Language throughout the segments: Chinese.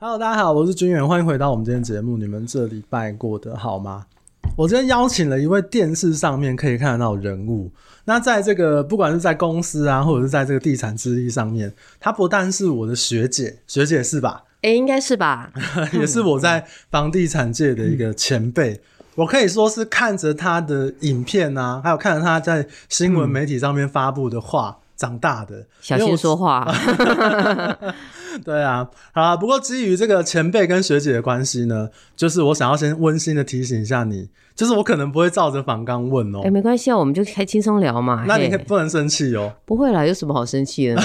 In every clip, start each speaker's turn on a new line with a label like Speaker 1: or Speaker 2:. Speaker 1: Hello，大家好，我是君远，欢迎回到我们今天节目。你们这礼拜过得好吗？我今天邀请了一位电视上面可以看得到的人物。那在这个不管是在公司啊，或者是在这个地产之力上面，她不但是我的学姐，学姐是吧？
Speaker 2: 哎、应该是吧？
Speaker 1: 也是我在房地产界的一个
Speaker 2: 嗯
Speaker 1: 前辈。我可以说是看着他的影片啊，还有看着他在新闻媒体上面发布的话、长大的。
Speaker 2: 嗯小
Speaker 1: 因为我
Speaker 2: 心 说话。
Speaker 1: 对啊，好啊。不过基于这个前辈跟学姐的关系呢，就是我想要先温馨的提醒一下你，就是我可能不会照着反纲问哦
Speaker 2: 哎、，没关系啊，我们就开轻松聊嘛。
Speaker 1: 那你可以
Speaker 2: 嘿
Speaker 1: 不能生气哦。
Speaker 2: 不会啦，有什么好生气的呢？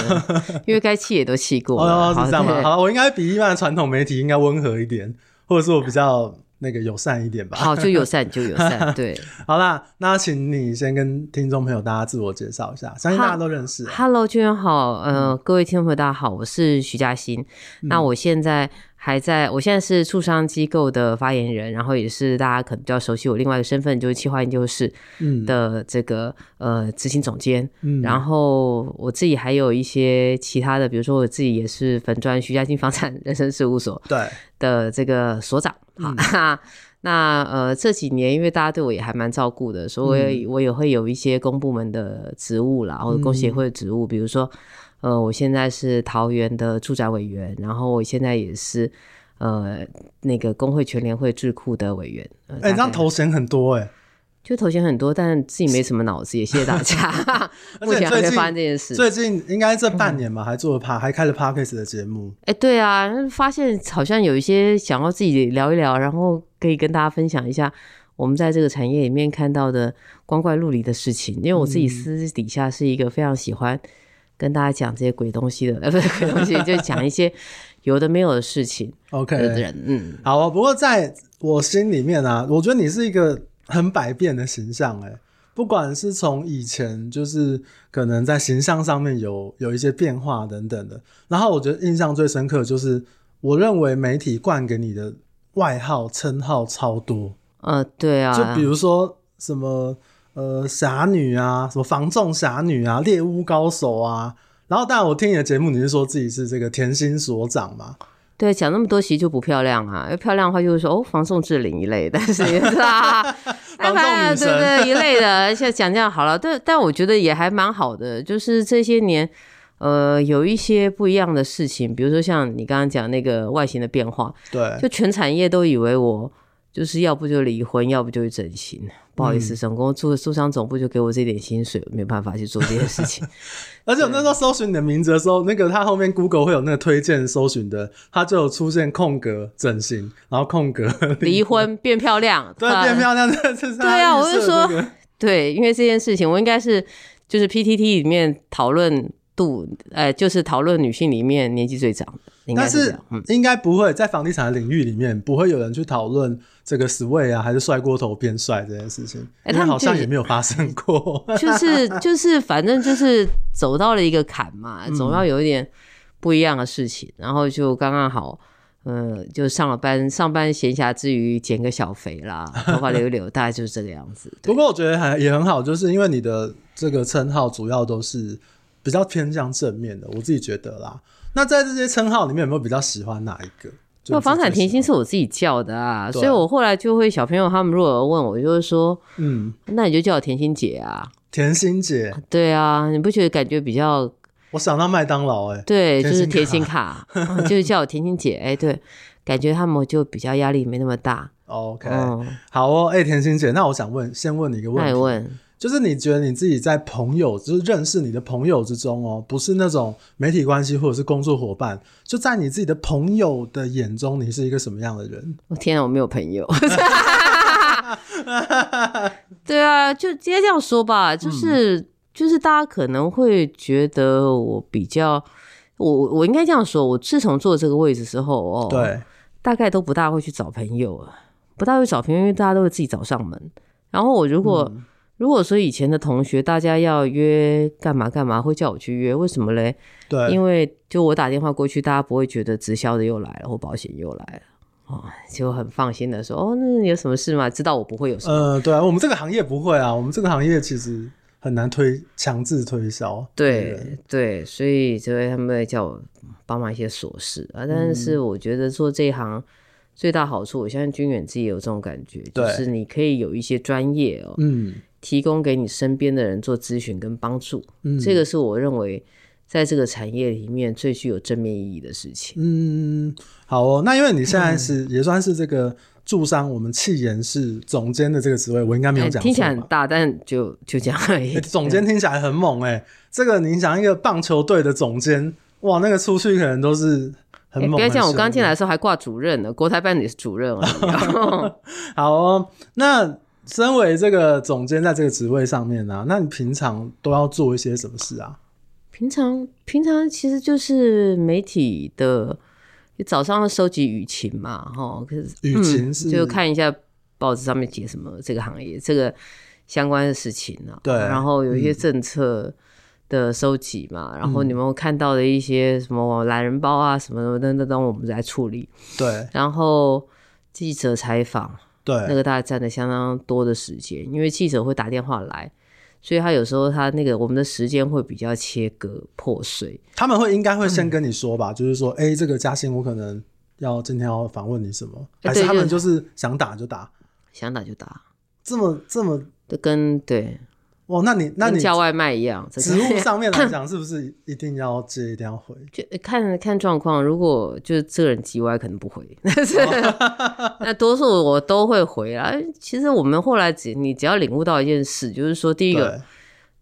Speaker 2: 因为该气也都气过了。
Speaker 1: 哦，是这样吗？
Speaker 2: 对
Speaker 1: 好，我应该比一般的传统媒体应该温和一点，或者是我比较那个友善一点吧。
Speaker 2: 好，就友善就友 善。对
Speaker 1: 好啦，那请你先跟听众朋友大家自我介绍一下，相信大家都认识。
Speaker 2: ，Hello，君远好，
Speaker 1: 嗯
Speaker 2: 呃，各位听众朋友大家好，我是徐嘉欣。那我现在还在，我现在是促商机构的发言人，然后也是大家可能比较熟悉我另外一个身份，就是企划研究室
Speaker 1: 嗯
Speaker 2: 的这个、呃执行总监。
Speaker 1: 嗯
Speaker 2: 然后我自己还有一些其他的，比如说我自己也是粉专徐家兴房产人生事务所
Speaker 1: 对，
Speaker 2: 的这个所长。
Speaker 1: 嗯
Speaker 2: 好，那呃这几年因为大家对我也还蛮照顾的，所以我也、
Speaker 1: 嗯
Speaker 2: 我也会有一些公部门的职务啦，或者公
Speaker 1: 嗯
Speaker 2: 协会的职务，比如说呃我现在是桃园的住宅委员，然后我现在也是。呃，那个工会全联会智库的委员，呃
Speaker 1: 哎、
Speaker 2: 大
Speaker 1: 你这样
Speaker 2: 概
Speaker 1: 头衔很多哎、
Speaker 2: 就头衔很多，但自己没什么脑子，也谢谢大家。
Speaker 1: 而且
Speaker 2: 目前还
Speaker 1: 最
Speaker 2: 没
Speaker 1: 近
Speaker 2: 发现这件事，
Speaker 1: 最近应该这
Speaker 2: 嗯
Speaker 1: 半年吧，还做了 p 还开了 podcast 的节目。
Speaker 2: 哎、对啊，发现好像有一些想要自己聊一聊，然后可以跟大家分享一下我们在这个产业里面看到的光怪陆离的事情。因为我
Speaker 1: 嗯
Speaker 2: 自己私底下是一个非常喜欢跟大家讲这些鬼东西的， 呃，不是鬼东西，就讲一些有的没有的事情
Speaker 1: OK，
Speaker 2: 的人。嗯，
Speaker 1: 好啊。不过在我心里面啊，我觉得你是一个很百变的形象哎、不管是从以前就是可能在形象上面有有一些变化等等的，然后我觉得印象最深刻就是，我认为媒体灌给你的外号称号超多。
Speaker 2: 呃，对啊，
Speaker 1: 就比如说什么呃侠女啊，什么防重侠女啊，猎巫高手啊。然后，当然我听你的节目，你是说自己是这个甜心所长嘛？
Speaker 2: 对，讲那么多其实就不漂亮啊，要漂亮的话就是说哦，防宋志玲一类，但 是也是啊，
Speaker 1: 防宋女神
Speaker 2: 对对一类的，而且讲这样好了，但但我觉得也还蛮好的，就是这些年。呃，有一些不一样的事情，比如说像你刚刚讲那个外形的变化，
Speaker 1: 对，
Speaker 2: 就全产业都以为我就是要不就离婚，要不就去整形。不好意
Speaker 1: 嗯
Speaker 2: 思，总共住住商总部就给我这点薪水，我没有办法去做这件事 情。
Speaker 1: 而且我那时候搜寻你的名字的时候，那个它后面 Google 会有那个推荐搜寻的，它就有出现空格整形，然后空 格
Speaker 2: 离婚变漂亮，
Speaker 1: 对
Speaker 2: 呃
Speaker 1: 变漂亮，这这是它
Speaker 2: 对啊
Speaker 1: 预设的
Speaker 2: 我
Speaker 1: 那
Speaker 2: 就
Speaker 1: 个
Speaker 2: 对，因为这件事情，我应该是就是 PTT 里面讨论度，呃，就是讨论女性里面年纪最长，应该
Speaker 1: 但
Speaker 2: 是这
Speaker 1: 是
Speaker 2: 样。嗯，
Speaker 1: 应该不会在房地产的领域里面，不会有人去讨论这个 sway 啊，还是帅过头变帅这件事情，
Speaker 2: 哎
Speaker 1: 因为
Speaker 2: 他们
Speaker 1: 好像
Speaker 2: 就
Speaker 1: 也没有发生过。
Speaker 2: 就是就是，反正就是走到了一个坎嘛，总
Speaker 1: 嗯
Speaker 2: 要有一点不一样的事情，然后就刚刚好。呃，就上了班，上班闲暇之余减个小肥啦，头发留 一留，大概就是这个样子。对
Speaker 1: 不过我觉得还也很好，就是因为你的这个称号主要都是比较偏向正面的，我自己觉得啦。那在这些称号里面，有没有比较喜欢哪一个？就你自
Speaker 2: 那
Speaker 1: 己
Speaker 2: 房产
Speaker 1: 最
Speaker 2: 甜
Speaker 1: 喜欢
Speaker 2: 心是我自己叫的啊，
Speaker 1: 对
Speaker 2: 所以我后来就会小朋友他们如果有问我，我就会说，
Speaker 1: 嗯，
Speaker 2: 那你就叫我甜心姐啊。
Speaker 1: 甜心 姐，
Speaker 2: 对啊，你不觉得感觉比较
Speaker 1: 我想到麦当劳、欸，哎，
Speaker 2: 对，就是
Speaker 1: 甜
Speaker 2: 甜
Speaker 1: 心
Speaker 2: 心 卡，嗯就是叫我甜心姐。哎，对，感觉他们就比较压力没那么大。
Speaker 1: ，OK，、
Speaker 2: 嗯，
Speaker 1: 好哦，哎、甜心姐，那我想问，先问你一个问
Speaker 2: 那
Speaker 1: 题，
Speaker 2: 你问，
Speaker 1: 就是你觉得你自己在朋友，就是认识你的朋友之中哦，不是那种媒体关系或者是工作伙伴，就在你自己的朋友的眼中，你是一个什么样的人？
Speaker 2: 我天啊，我没有朋 友。对啊，就直接这样说吧，就是、就是大家可能会觉得我比较，我我应该这样说，我自从坐这个位置之后，哦，，
Speaker 1: 对，
Speaker 2: 大概都不大会去找朋友了，不大会找朋友，因为大家都会自己找上门。然后我如果、如果说以前的同学大家要约干嘛干嘛，会叫我去约，为什么嘞？
Speaker 1: 对，
Speaker 2: 因为就我打电话过去，大家不会觉得直销的又来了或保险又来了。哦，就很放心
Speaker 1: 呃
Speaker 2: 的说，哦，那你有什么事吗？知道我不会有什么。
Speaker 1: 呃，对啊，我们这个行业不会啊，我们这个行业其实很难推强制推销给人。
Speaker 2: 对对，所以就会他们会叫我帮忙一些琐事啊。但是我觉得做这一行最大好处，我相信君远自己有这种感觉，就
Speaker 1: 对
Speaker 2: 是你可以有一些专业哦，
Speaker 1: 嗯
Speaker 2: 提供给你身边的人做咨询跟帮助。
Speaker 1: 嗯，
Speaker 2: 这个是我认为在这个产业里面最具有正面意义的事情。
Speaker 1: 嗯，好哦。那因为你现在
Speaker 2: 嗯
Speaker 1: 是、也算是这个驻商我们气研室总监的这个职位，我应该没有
Speaker 2: 哎
Speaker 1: 讲
Speaker 2: 听起来
Speaker 1: 错
Speaker 2: 很
Speaker 1: 吧？
Speaker 2: 大，但就就这样而已
Speaker 1: 欸、。总监听起来很猛哎、这个你想一个棒球队的总监，哇，那个出去可能都是很
Speaker 2: 哎
Speaker 1: 猛。啊
Speaker 2: 不要讲，我刚进
Speaker 1: 来。
Speaker 2: 来的时候还挂主任呢，国台办也是主任 而已啊。
Speaker 1: 好、哦，那身为这个总监，在这个职位上面呢、那你平常都要做一些什么事啊？
Speaker 2: 平常平常其实就是媒体的，早上收集舆情嘛，哈，可是
Speaker 1: 舆情是、
Speaker 2: 嗯就看一下报纸上面写什么这个行业这个相关的事情啊，
Speaker 1: 对嗯
Speaker 2: 然后有一些政策的收集嘛，然后你们看到的一些什么懒人包啊什么什么等等等，我们来处理，
Speaker 1: 对
Speaker 2: 然后记者采访，那
Speaker 1: 对，
Speaker 2: 个大概占了相当多的时间，因为记者会打电话来，所以他有时候他那个我们的时间会比较切割破碎。
Speaker 1: 他们会应该会先跟你说
Speaker 2: 嗯
Speaker 1: 吧，就是说，哎、这个嘉兴我可能要今天要访问你什么，
Speaker 2: 哎
Speaker 1: 还是
Speaker 2: 对
Speaker 1: 他们
Speaker 2: 就
Speaker 1: 就是想打就打，
Speaker 2: 想打就打，
Speaker 1: 这么这么
Speaker 2: 这跟对
Speaker 1: 哇？那你那
Speaker 2: 跟
Speaker 1: 你
Speaker 2: 叫外卖一样，这
Speaker 1: 职
Speaker 2: 个
Speaker 1: 务上面来讲，是不是一定要接，一定要回？
Speaker 2: 就呃看看状况。如果就是这个人叽歪，可能不回， 但是
Speaker 1: 哦
Speaker 2: 那多数我都会回啦。其实我们后来只你只要领悟到一件事，就是说第一个
Speaker 1: 对，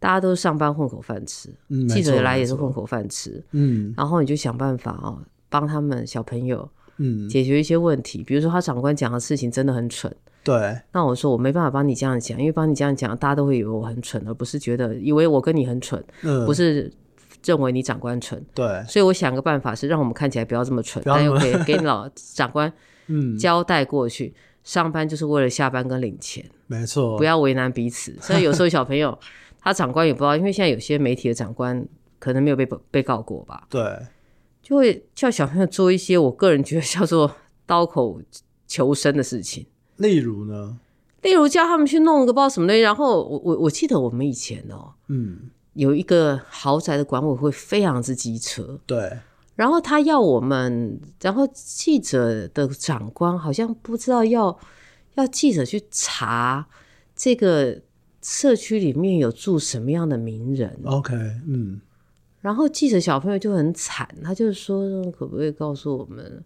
Speaker 2: 大家都是上班混口饭吃，
Speaker 1: 嗯，没
Speaker 2: 记者
Speaker 1: 错
Speaker 2: 来也是，
Speaker 1: 没
Speaker 2: 混
Speaker 1: 错
Speaker 2: 口饭吃，
Speaker 1: 嗯
Speaker 2: 然后你就想办法哦，帮他们小朋友
Speaker 1: 嗯，
Speaker 2: 解决一些问题。比如说他长官讲的事情真的很蠢，
Speaker 1: 对
Speaker 2: 那我说我没办法帮你这样讲，因为帮你这样讲，大家都会以为我很蠢，而不是觉得以为我跟你很蠢。
Speaker 1: 嗯，
Speaker 2: 不是认为你长官蠢，
Speaker 1: 对，
Speaker 2: 所以我想个办法是让我们看起来不要这么蠢，
Speaker 1: 不要
Speaker 2: 但
Speaker 1: 那
Speaker 2: 又
Speaker 1: 么
Speaker 2: 可以给老长官
Speaker 1: 嗯，
Speaker 2: 交代过去。上班就是为了下班跟领钱，
Speaker 1: 没错，
Speaker 2: 不要为难彼此。所以有时候小朋友他长官也不知道，因为现在有些媒体的长官可能没有被被告过吧，
Speaker 1: 对，
Speaker 2: 就会叫小朋友做一些我个人觉得叫做刀口求生的事情。
Speaker 1: 例如呢，
Speaker 2: 例如叫他们去弄个不知道什么东西，然后我我我记得我们以前哦，
Speaker 1: 嗯，
Speaker 2: 有一个豪宅的管委会非常之机车，
Speaker 1: 对，
Speaker 2: 然后他要我们，然后记者的长官好像不知道要要记者去查这个社区里面有住什么样的名人，
Speaker 1: OK，嗯，
Speaker 2: 然后记者小朋友就很惨，他就说可不可以告诉我们？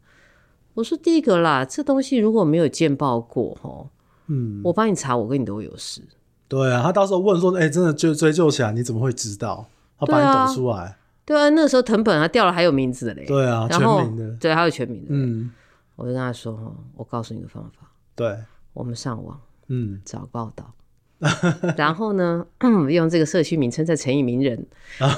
Speaker 2: 我说第一个啦，这东西如果没有见报过哦，
Speaker 1: 嗯，
Speaker 2: 我帮你查，我跟你都有事。
Speaker 1: 对啊，他到时候问说，哎、真的就追究起来，你怎么会知道？他把
Speaker 2: 对啊
Speaker 1: 你抖出来，
Speaker 2: 对啊，那时候藤本他掉了还有名字嘞，
Speaker 1: 对啊，全
Speaker 2: 然后
Speaker 1: 民的，
Speaker 2: 对还有全名的，
Speaker 1: 嗯，
Speaker 2: 我就跟他说哦，我告诉你个方法，
Speaker 1: 对，
Speaker 2: 我们上网。
Speaker 1: 嗯，
Speaker 2: 找报道。 然后呢， 用这个社区名称再乘以 名人，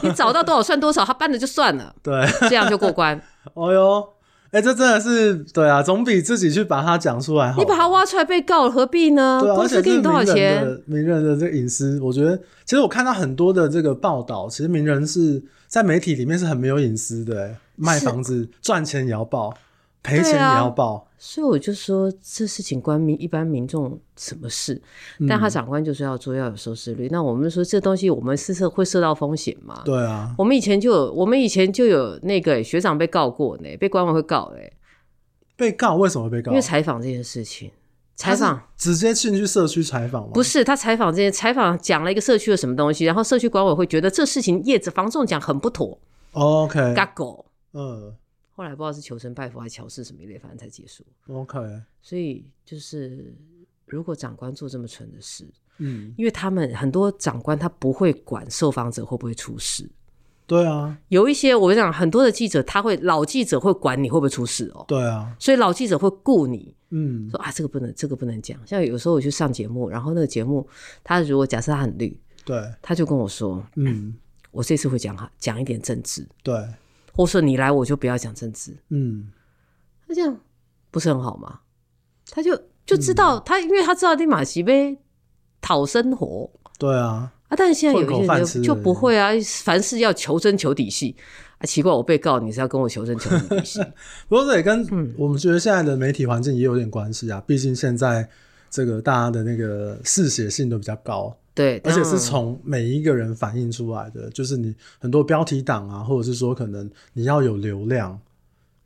Speaker 2: 你找到多少算多少，他办了就算了，
Speaker 1: 对， 哎
Speaker 2: 这样就 过关。
Speaker 1: 呦，哎、这真的是对啊，总比自己去把它讲出来好。
Speaker 2: 你把他挖出来被告了，何必呢？
Speaker 1: 对啊，
Speaker 2: 公
Speaker 1: 而且
Speaker 2: 司给
Speaker 1: 是
Speaker 2: 你多少
Speaker 1: 名人
Speaker 2: 钱？
Speaker 1: 的名人的这个隐私，我觉得其实我看到很多的这个报道，其实名人是在媒体里面是很没有隐私的、哎卖
Speaker 2: 是
Speaker 1: 房子赚钱也要报，赔钱
Speaker 2: 对
Speaker 1: 也
Speaker 2: 啊
Speaker 1: 要报，
Speaker 2: 所以我就说，这事情关民一般民众什么事？
Speaker 1: 嗯
Speaker 2: 但他长官就说要做，要有收视率。那我们说这东西，我们是涉会受到风险嘛？
Speaker 1: 对啊，
Speaker 2: 我们以前就有，我们以前就有那个学长被告过呢，被管委会告哎，
Speaker 1: 被告为什么被告？
Speaker 2: 因为采访这件事情，采
Speaker 1: 他是
Speaker 2: 访
Speaker 1: 直接进去社区采访吗？
Speaker 2: 不是，他采访这些采访讲了一个社区的什么东西，然后社区管委会觉得这事情叶子房仲讲很不妥，
Speaker 1: ，OK，
Speaker 2: 嘎狗。
Speaker 1: 嗯
Speaker 2: 后来不知道是求神拜佛还是乔氏什么一类，反正才结束。
Speaker 1: ，OK，
Speaker 2: 所以就是，如果长官做这么蠢的事，
Speaker 1: 嗯，
Speaker 2: 因为他们很多长官他不会管受访者会不会出事，
Speaker 1: 对啊，
Speaker 2: 有一些我跟你讲很多的记者他会老记者会管你会不会出事哦，
Speaker 1: 对啊，
Speaker 2: 所以老记者会顾你，
Speaker 1: 嗯，
Speaker 2: 说啊，这个不能，这个不能讲。像有时候我去上节目，然后那个节目，他如果假设他很绿，
Speaker 1: 对，
Speaker 2: 他就跟我说，
Speaker 1: 嗯，
Speaker 2: 我这次会讲哈讲一点政治，
Speaker 1: 对，
Speaker 2: 或说你来我就不要讲政治，
Speaker 1: 嗯，
Speaker 2: 那这样不是很好吗？他就就知道、他，因为他知道立马西呗讨生活
Speaker 1: 对啊，
Speaker 2: 啊，但是现在有一
Speaker 1: 混口
Speaker 2: 些
Speaker 1: 饭
Speaker 2: 人
Speaker 1: 吃
Speaker 2: 就
Speaker 1: 而已
Speaker 2: 就不会啊，凡事要求真求底细啊，奇怪，我被告你是要跟我求真求 底细，
Speaker 1: 不过这也跟我们觉得现在的媒体环境也有点关系啊，毕竟现在这个大家的那个嗜血性都比较高，
Speaker 2: 对，
Speaker 1: 而且是
Speaker 2: 当然
Speaker 1: 从每一个人反映出来的，就是你很多标题党啊，或者是说可能你要有流量。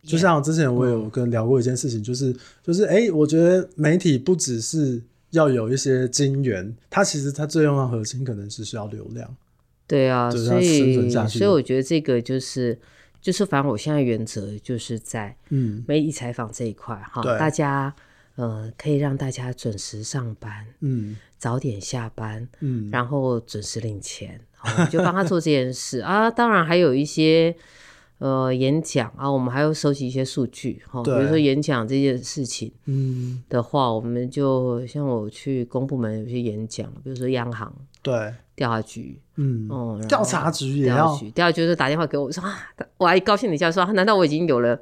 Speaker 1: 就像之前我有跟聊过一件事情，就是就是哎、诶我觉得媒体不只是要有一些金源，它其实它最重要的核心可能是需要流量。
Speaker 2: 对啊，
Speaker 1: 就是
Speaker 2: 所
Speaker 1: 要生存
Speaker 2: 以
Speaker 1: 下去
Speaker 2: 所以我觉得这个就是就是，反正我现在原则就是在
Speaker 1: 嗯
Speaker 2: 媒体采访这一块哈，
Speaker 1: 对
Speaker 2: 大家呃可以让大家准时上班，
Speaker 1: 嗯
Speaker 2: 早点下班，
Speaker 1: 嗯，
Speaker 2: 然后准时领钱，好我们就帮他做这件事 啊。当然还有一些呃演讲啊，我们还要收集一些数据哈，比
Speaker 1: 对
Speaker 2: 如说演讲这件事情。
Speaker 1: 嗯
Speaker 2: 的话，我们就像我去公部门有些演讲，比如说央行、
Speaker 1: 对，
Speaker 2: 调查局，
Speaker 1: 嗯，
Speaker 2: 哦、然后
Speaker 1: 调查局也
Speaker 2: 调查
Speaker 1: 要
Speaker 2: 局，调查局就打电话给我，我说啊，我还高兴了一下，说、啊难道我已经 有了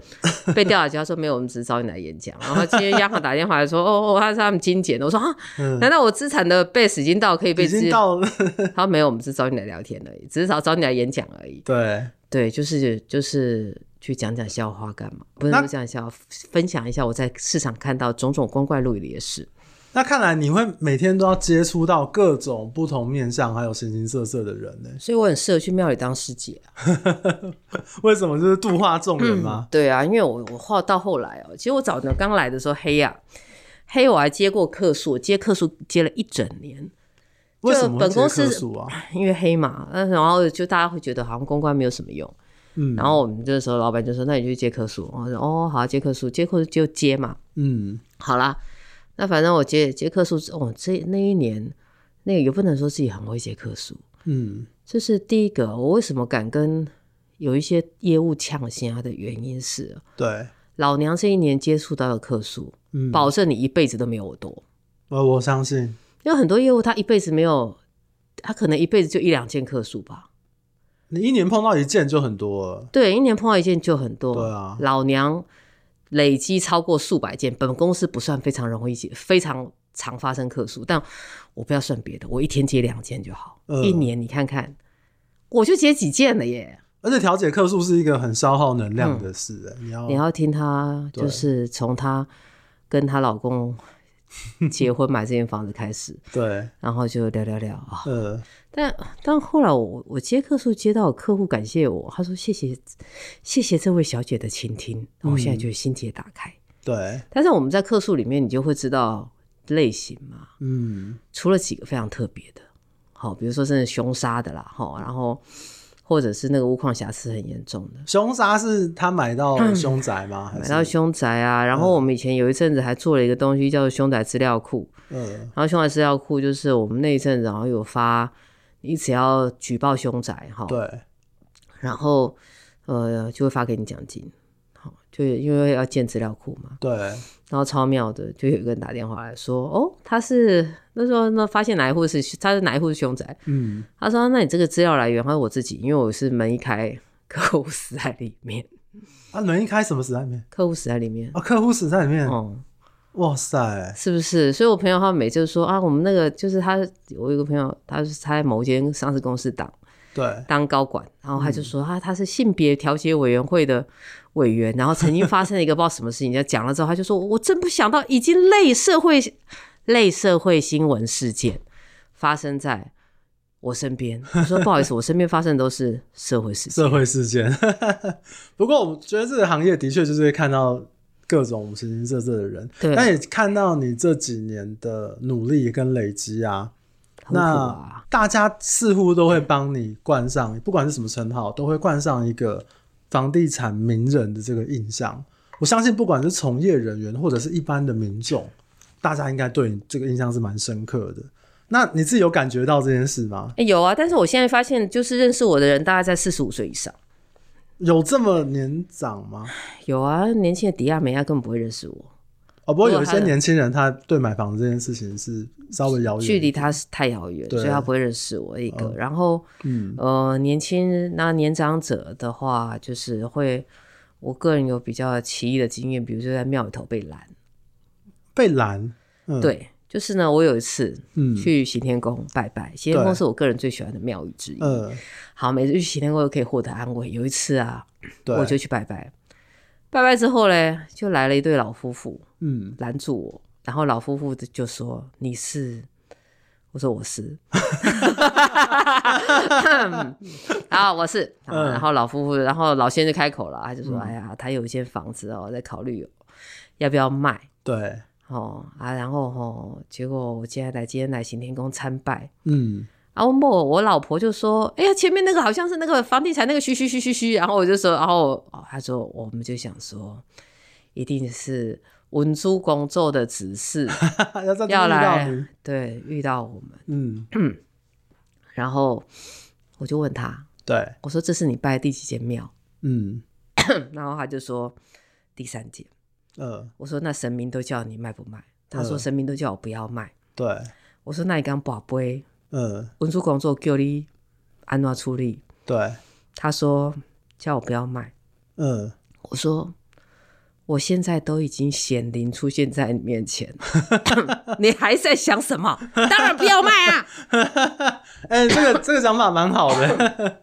Speaker 2: 被调查局？他说没有，我们只是找你来演讲。然后今天央行打电话来说，哦哦，他是他们精简的。我说啊，
Speaker 1: 嗯
Speaker 2: 难道我资产的 base 已经到可以被
Speaker 1: 已
Speaker 2: 知
Speaker 1: 经？到了，
Speaker 2: 他说没有，我们只是找你来聊天而已，只是找找你来演讲而已。
Speaker 1: 对，
Speaker 2: 对，就是就是去讲讲笑话干嘛？不是
Speaker 1: 那
Speaker 2: 不是讲笑话，分享一下我在市场看到种种光怪陆离的事。
Speaker 1: 那看来你会每天都要接触到各种不同面相，还有形形色色的人呢、
Speaker 2: 所以我很适合去庙里当师姐啊。
Speaker 1: 为什么就是度化众人吗？
Speaker 2: 对啊，因为我我后到后来哦，其实我早呢刚来的时候黑啊，黑我还接过客诉，我接客诉接了一整年，
Speaker 1: 为什么会
Speaker 2: 本公
Speaker 1: 接客
Speaker 2: 司
Speaker 1: 诉啊？
Speaker 2: 因为黑嘛，那然后就大家会觉得好像公关没有什么用。
Speaker 1: 嗯
Speaker 2: 然后我们这时候老板就说：“那你去接客诉。”我说：“哦，好啊，接客诉，接客诉就接嘛。
Speaker 1: 嗯，”
Speaker 2: 好啦，那反正我接接客诉之，哦，这那一年那个也不能说自己很会接客诉，
Speaker 1: 嗯，
Speaker 2: 这是第一个。我为什么敢跟有一些业务呛心啊的原因是，
Speaker 1: 对，
Speaker 2: 老娘这一年接触到的客数，
Speaker 1: 嗯，
Speaker 2: 保证你一辈子都没有我多。
Speaker 1: 我我相信，
Speaker 2: 因为很多业务他一辈子没有，他可能一辈子就一两件客数吧。
Speaker 1: 你一年碰到一件就很多了，
Speaker 2: 对，一年碰到一件就很多。
Speaker 1: 对啊
Speaker 2: 老娘累积超过数百件，本公司不算非常容易接，非常常发生客数，但我不要算别的，我一天接两件就好。
Speaker 1: 嗯
Speaker 2: 一年你看看，我就接几件了耶。
Speaker 1: 而且调解客诉是一个很消耗能量的事、欸，你要
Speaker 2: 嗯你要听她，
Speaker 1: 对
Speaker 2: 就是从她跟她老公结婚买这间房子 开始，
Speaker 1: 对，
Speaker 2: 然后就聊聊聊啊。
Speaker 1: 呃，
Speaker 2: 但但后来我我接客诉接到客户感谢我，他说谢谢谢谢这位小姐的倾听，然后我
Speaker 1: 嗯
Speaker 2: 现在就心结打开。
Speaker 1: 对，
Speaker 2: 但是我们在客诉里面，你就会知道类型嘛，
Speaker 1: 嗯，
Speaker 2: 除了几个非常特别的，好、比如说真的凶杀的啦，哈、然后或者是那个屋况瑕疵很严重的，
Speaker 1: 凶杀是他买到凶宅吗？还
Speaker 2: 买
Speaker 1: 是
Speaker 2: 到凶宅啊，然后我们以前有一阵子还做了一个东西叫做凶宅资料库，
Speaker 1: 呃，
Speaker 2: 然后凶宅资料库就是我们那一阵子然后有发，你只要举报凶宅哈，
Speaker 1: 对，
Speaker 2: 然后呃就会发给你奖金，好，就因为要建资料库嘛，
Speaker 1: 对，
Speaker 2: 然后超妙的，就有一个人打电话来说，哦，他是那时候那发现哪一户是他是哪一户是凶宅，
Speaker 1: 嗯，
Speaker 2: 他说那你这个资料来源，他说我自己，因为我是门一开，客户死在里面，
Speaker 1: 啊，门一开什么死在里面？
Speaker 2: 客户死在里面，
Speaker 1: 啊，客户死在里面，
Speaker 2: 哦、
Speaker 1: 哇塞，
Speaker 2: 是不是？所以我朋友他每次就说啊，我们那个就是他，我有一个朋友，他是他在某间上市公司当
Speaker 1: 对，
Speaker 2: 当高管，然后他
Speaker 1: 嗯
Speaker 2: 就说、啊，他是性别调解委员会的委员，然后曾经发生了一个不知道什么事情，他讲了之后，他就说，我真不想到已经类社会类社会新闻事件发生在我身边。我说不好意思，我身边发生的都是社会事情。
Speaker 1: 社会事件。 不过我觉得这个行业的确就是会看到各种形形色色的人，
Speaker 2: 对
Speaker 1: 但也看到你这几年的努力跟累积啊。
Speaker 2: 很苦
Speaker 1: 那
Speaker 2: 啊
Speaker 1: 大家似乎都会帮你冠上，不管是什么称号，都会冠上一个房地产名人的这个印象。我相信，不管是从业人员或者是一般的民众，大家应该对你这个印象是蛮深刻的。那你自己有感觉到这件事吗？
Speaker 2: 诶有啊，但是我现在发现，就是认识我的人大概在四十五岁以上。
Speaker 1: 有这么年长吗？
Speaker 2: 有啊，年轻的迪亚美亚根本不会认识我，
Speaker 1: 哦，不过有一
Speaker 2: 如果
Speaker 1: 些
Speaker 2: 他
Speaker 1: 年轻人，他对买房子这件事情是稍微遥远，
Speaker 2: 距离他是太遥远，
Speaker 1: 对
Speaker 2: 所以他不会认识我一个。然后，
Speaker 1: 嗯
Speaker 2: 呃，年轻那年长者的话，就是会，我个人有比较奇异的经验，比如说在庙里头被拦。
Speaker 1: 被拦，嗯，，
Speaker 2: 对，就是呢，我有一次
Speaker 1: 嗯
Speaker 2: 去行天宫拜拜，行天宫是我个人最喜欢的庙宇之一。
Speaker 1: 呃，
Speaker 2: 好，每次去行天宫都可以获得安慰。有一次啊，
Speaker 1: 对，
Speaker 2: 我就去拜拜，拜拜之后嘞，就来了一对老夫妇。
Speaker 1: 嗯
Speaker 2: 拦住我，然后老夫妇就说：“你是？”我说我是， 然后我是，好
Speaker 1: 嗯
Speaker 2: 然后老夫妇，然后老先生就开口了，他就说：“
Speaker 1: 嗯
Speaker 2: 哎呀，他有一间房子哦，在考虑要不要卖
Speaker 1: 对，
Speaker 2: 哦啊，然后哦，结果我今天来今天来行天宫参拜，
Speaker 1: 嗯，
Speaker 2: 然后我我老婆就说：“哎呀，前面那个好像是那个房地产那个嘘嘘嘘嘘嘘。”然后我就说：“然后哦，他说我们就想说，一定是文珠工作的指示
Speaker 1: 要在这边
Speaker 2: 要
Speaker 1: 遇到
Speaker 2: 来
Speaker 1: 你，
Speaker 2: 对遇到我们。
Speaker 1: 嗯，”
Speaker 2: 然后我就问他，
Speaker 1: 对，
Speaker 2: 我说：“这是你拜的第几间庙
Speaker 1: 嗯，？”
Speaker 2: 然后他就说：“第三间。
Speaker 1: 呃，”
Speaker 2: 我说：“那神明都叫你卖不卖？”他说：“
Speaker 1: 嗯
Speaker 2: 神明都叫我不要卖。
Speaker 1: 对，
Speaker 2: 我说：“那你刚宝贝，
Speaker 1: 呃，
Speaker 2: 文珠工作叫你安怎处理
Speaker 1: 对，？”
Speaker 2: 他说：“叫我不要卖。”
Speaker 1: 呃，
Speaker 2: 我说，我现在都已经显灵出现在你面前， 你还在想什么？当然不要卖啊！
Speaker 1: 哎、这个这个讲法蛮好 的，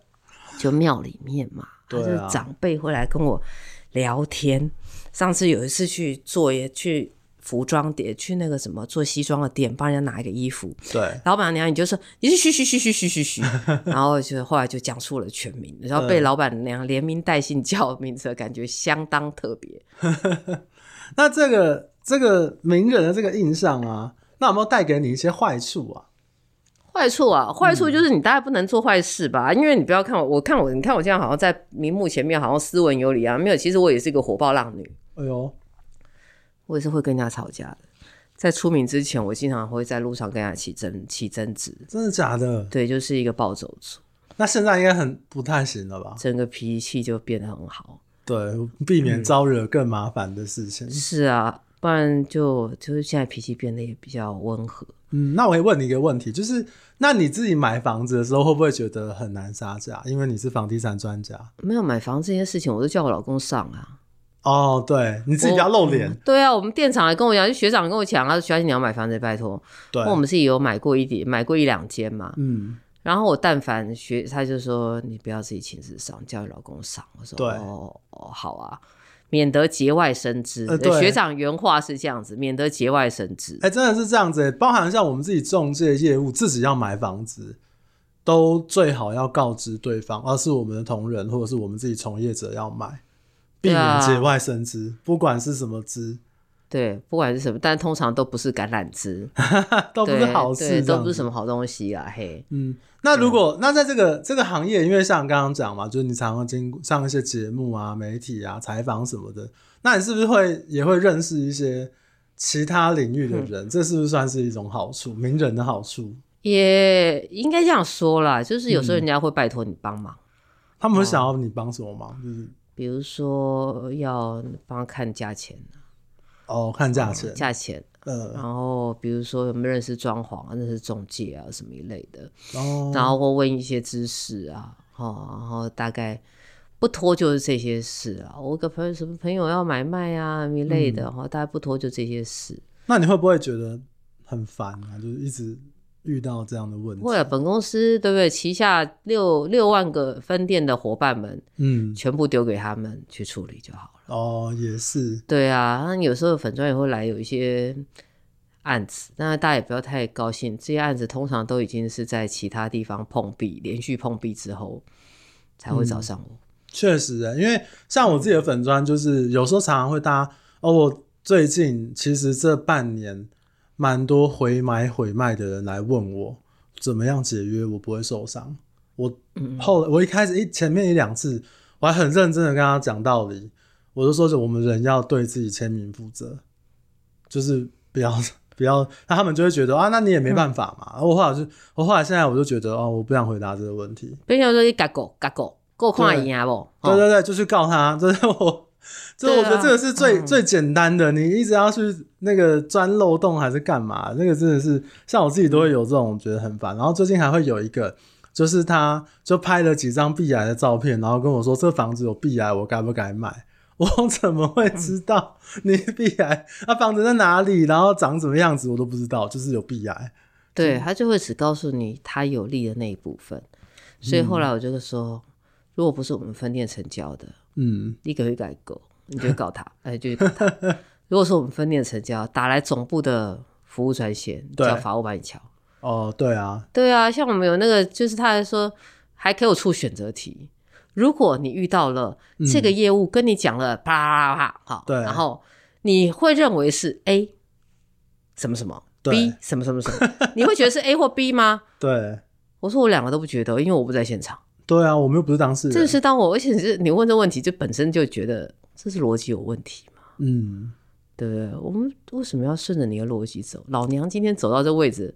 Speaker 2: 就庙里面嘛，
Speaker 1: 对啊
Speaker 2: 他就是长辈会来跟我聊天。上次有一次去做也去服装店，去那个什么做西装的店，帮人家拿一个衣服，
Speaker 1: 对，
Speaker 2: 老板娘你就说你是嘘嘘嘘嘘嘘 嘘嘘，然后就后来就讲出了全名，然后被
Speaker 1: 嗯
Speaker 2: 老板娘连名带姓叫名字，感觉相当特别。
Speaker 1: 那这个这个名人的这个印象啊，那有没有带给你一些坏处啊？
Speaker 2: 坏处啊，坏
Speaker 1: 嗯
Speaker 2: 处就是你大概不能做坏事吧，因为你不要看我，我看我，你看我这样好像在荧幕前面好像斯文有礼啊，没有，其实我也是一个火爆浪女，
Speaker 1: 哎呦，
Speaker 2: 我也是会跟人家吵架的。在出名之前，我经常会在路上跟人家起争起争执，
Speaker 1: 真的假的？
Speaker 2: 对，就是一个暴走族，
Speaker 1: 那现在应该很不太行了吧？
Speaker 2: 整个脾气就变得很好。
Speaker 1: 对，避
Speaker 2: 嗯
Speaker 1: 免招惹更麻烦的事情。
Speaker 2: 是啊，不然就就是现在脾气变得也比较温和。
Speaker 1: 嗯，那我也问你一个问题，就是那你自己买房子的时候，会不会觉得很难杀价？因为你是房地产专家
Speaker 2: 没有买房这件事情，我都叫我老公上啊。
Speaker 1: 哦，对，你自己不要露脸。
Speaker 2: 对啊，我们店长还跟我讲，就学长跟我啊讲，他说：“小姐你要买房子，拜托。”
Speaker 1: 对
Speaker 2: 那，我们自己有买过一点，买过一两间嘛。
Speaker 1: 嗯，
Speaker 2: 然后我但凡学，他就说你不要自己亲自上，叫你老公上。我说
Speaker 1: 对
Speaker 2: 哦哦好啊，免得节外生枝。
Speaker 1: 呃对
Speaker 2: 学长原话是这样子，免得节外生枝。
Speaker 1: 哎、真的是这样子、包含像我们自己中介业务，自己要买房子，都最好要告知对方，而、是我们的同仁或者是我们自己从业者要买，避
Speaker 2: 对啊
Speaker 1: 免节外生枝，不管是什么枝，
Speaker 2: 对，不管是什么，但通常都不是橄榄枝，
Speaker 1: 哦都不是
Speaker 2: 对
Speaker 1: 好
Speaker 2: 对
Speaker 1: 事，
Speaker 2: 都不是
Speaker 1: 么。
Speaker 2: 什么好东西啊。嘿，
Speaker 1: 嗯，那如果、那在这个这个行业，因为像刚刚讲嘛，就是你常常经上一些节目啊、媒体啊、采访什么的，那你是不是会也会认识一些其他领域的人？这是不是算是一种好处？名人的好处，
Speaker 2: 也应该这样说啦，就是有时
Speaker 1: 嗯
Speaker 2: 候人家会拜托你帮忙，
Speaker 1: 他们会想要你帮什么忙？就是
Speaker 2: 比如说要帮他看价钱，啊
Speaker 1: 哦，看价钱，
Speaker 2: 价钱。
Speaker 1: 呃，
Speaker 2: 然后比如说有没有认识装潢啊，认识中介啊什么一类的，
Speaker 1: 然后
Speaker 2: 然后或问一些知识啊，哦，然后大概不拖就是这些事啊。我个朋友什么朋友要买卖啊一类的，哈、大概不拖就这些事。
Speaker 1: 那你会不会觉得很烦啊？就是一直遇到这样的问题
Speaker 2: 不，会啊，本公司对不对？旗下六六万个分店的伙伴们，
Speaker 1: 嗯，
Speaker 2: 全部丢给他们去处理就好了。
Speaker 1: 哦，也是，
Speaker 2: 对啊，那有时候粉砖也会来有一些案子，那大家也不要太高兴。这些案子通常都已经是在其他地方碰壁，连续碰壁之后才会找上我。
Speaker 1: 确实欸，因为像我自己的粉砖，就是有时候常常会搭哦，我最近其实这半年蛮多回买回卖的人来问我怎么样解约，我不会受伤。我后来我一开始一前面一两次，我还很认真的跟他讲道理，我就说是我们人要对自己签名负责，就是不要不要，那他们就会觉得啊，那你也没办法嘛。我后来就我后来现在我就觉得哦，我不想回答这个问题。
Speaker 2: 别人说你嘎狗嘎狗，够看赢啊不？
Speaker 1: 对
Speaker 2: 哦
Speaker 1: 对对，就去告他，这是我，这我
Speaker 2: 对啊
Speaker 1: 觉得这个是最、
Speaker 2: 嗯
Speaker 1: 最简单的。你一直要去那个钻漏洞还是干嘛？那个真的是像我自己都会有这种觉得很烦。然后最近还会有一个，就是他就拍了几张壁癌的照片，然后跟我说这房子有壁癌，我该不该买？ 我怎么会
Speaker 2: 嗯
Speaker 1: 知道你壁癌？那、房子在哪里？然后长什么样子我都不知道，就是有壁癌。
Speaker 2: 对他就会只告诉你他有利的那一部分。所以后来我就说，如果不是我们分店成交的，
Speaker 1: 嗯，
Speaker 2: 立刻去改狗，你就告 他，哎，就去告他。如果说我们分店成交，打来总部的服务专线，
Speaker 1: 对
Speaker 2: 叫法务帮你敲。
Speaker 1: 哦，对啊，
Speaker 2: 对啊，像我们有那个，就是他还说还给我出选择题，如果你遇到了这个业务跟你讲了啪啦啪啦啪，好，
Speaker 1: 嗯对
Speaker 2: 然后你会认为是 A 什么什么
Speaker 1: 对
Speaker 2: B 什么什么什么，你会觉得是 A 或 B 吗？
Speaker 1: 对
Speaker 2: 我说我两个都不觉得，因为我不在现场。
Speaker 1: 对啊，我们又不是当事人，
Speaker 2: 这是当我，而且是你问这问题，就本身就觉得这是逻辑有问题嘛，
Speaker 1: 嗯，
Speaker 2: 对不对？我们为什么要顺着你的逻辑走？老娘今天走到这位置，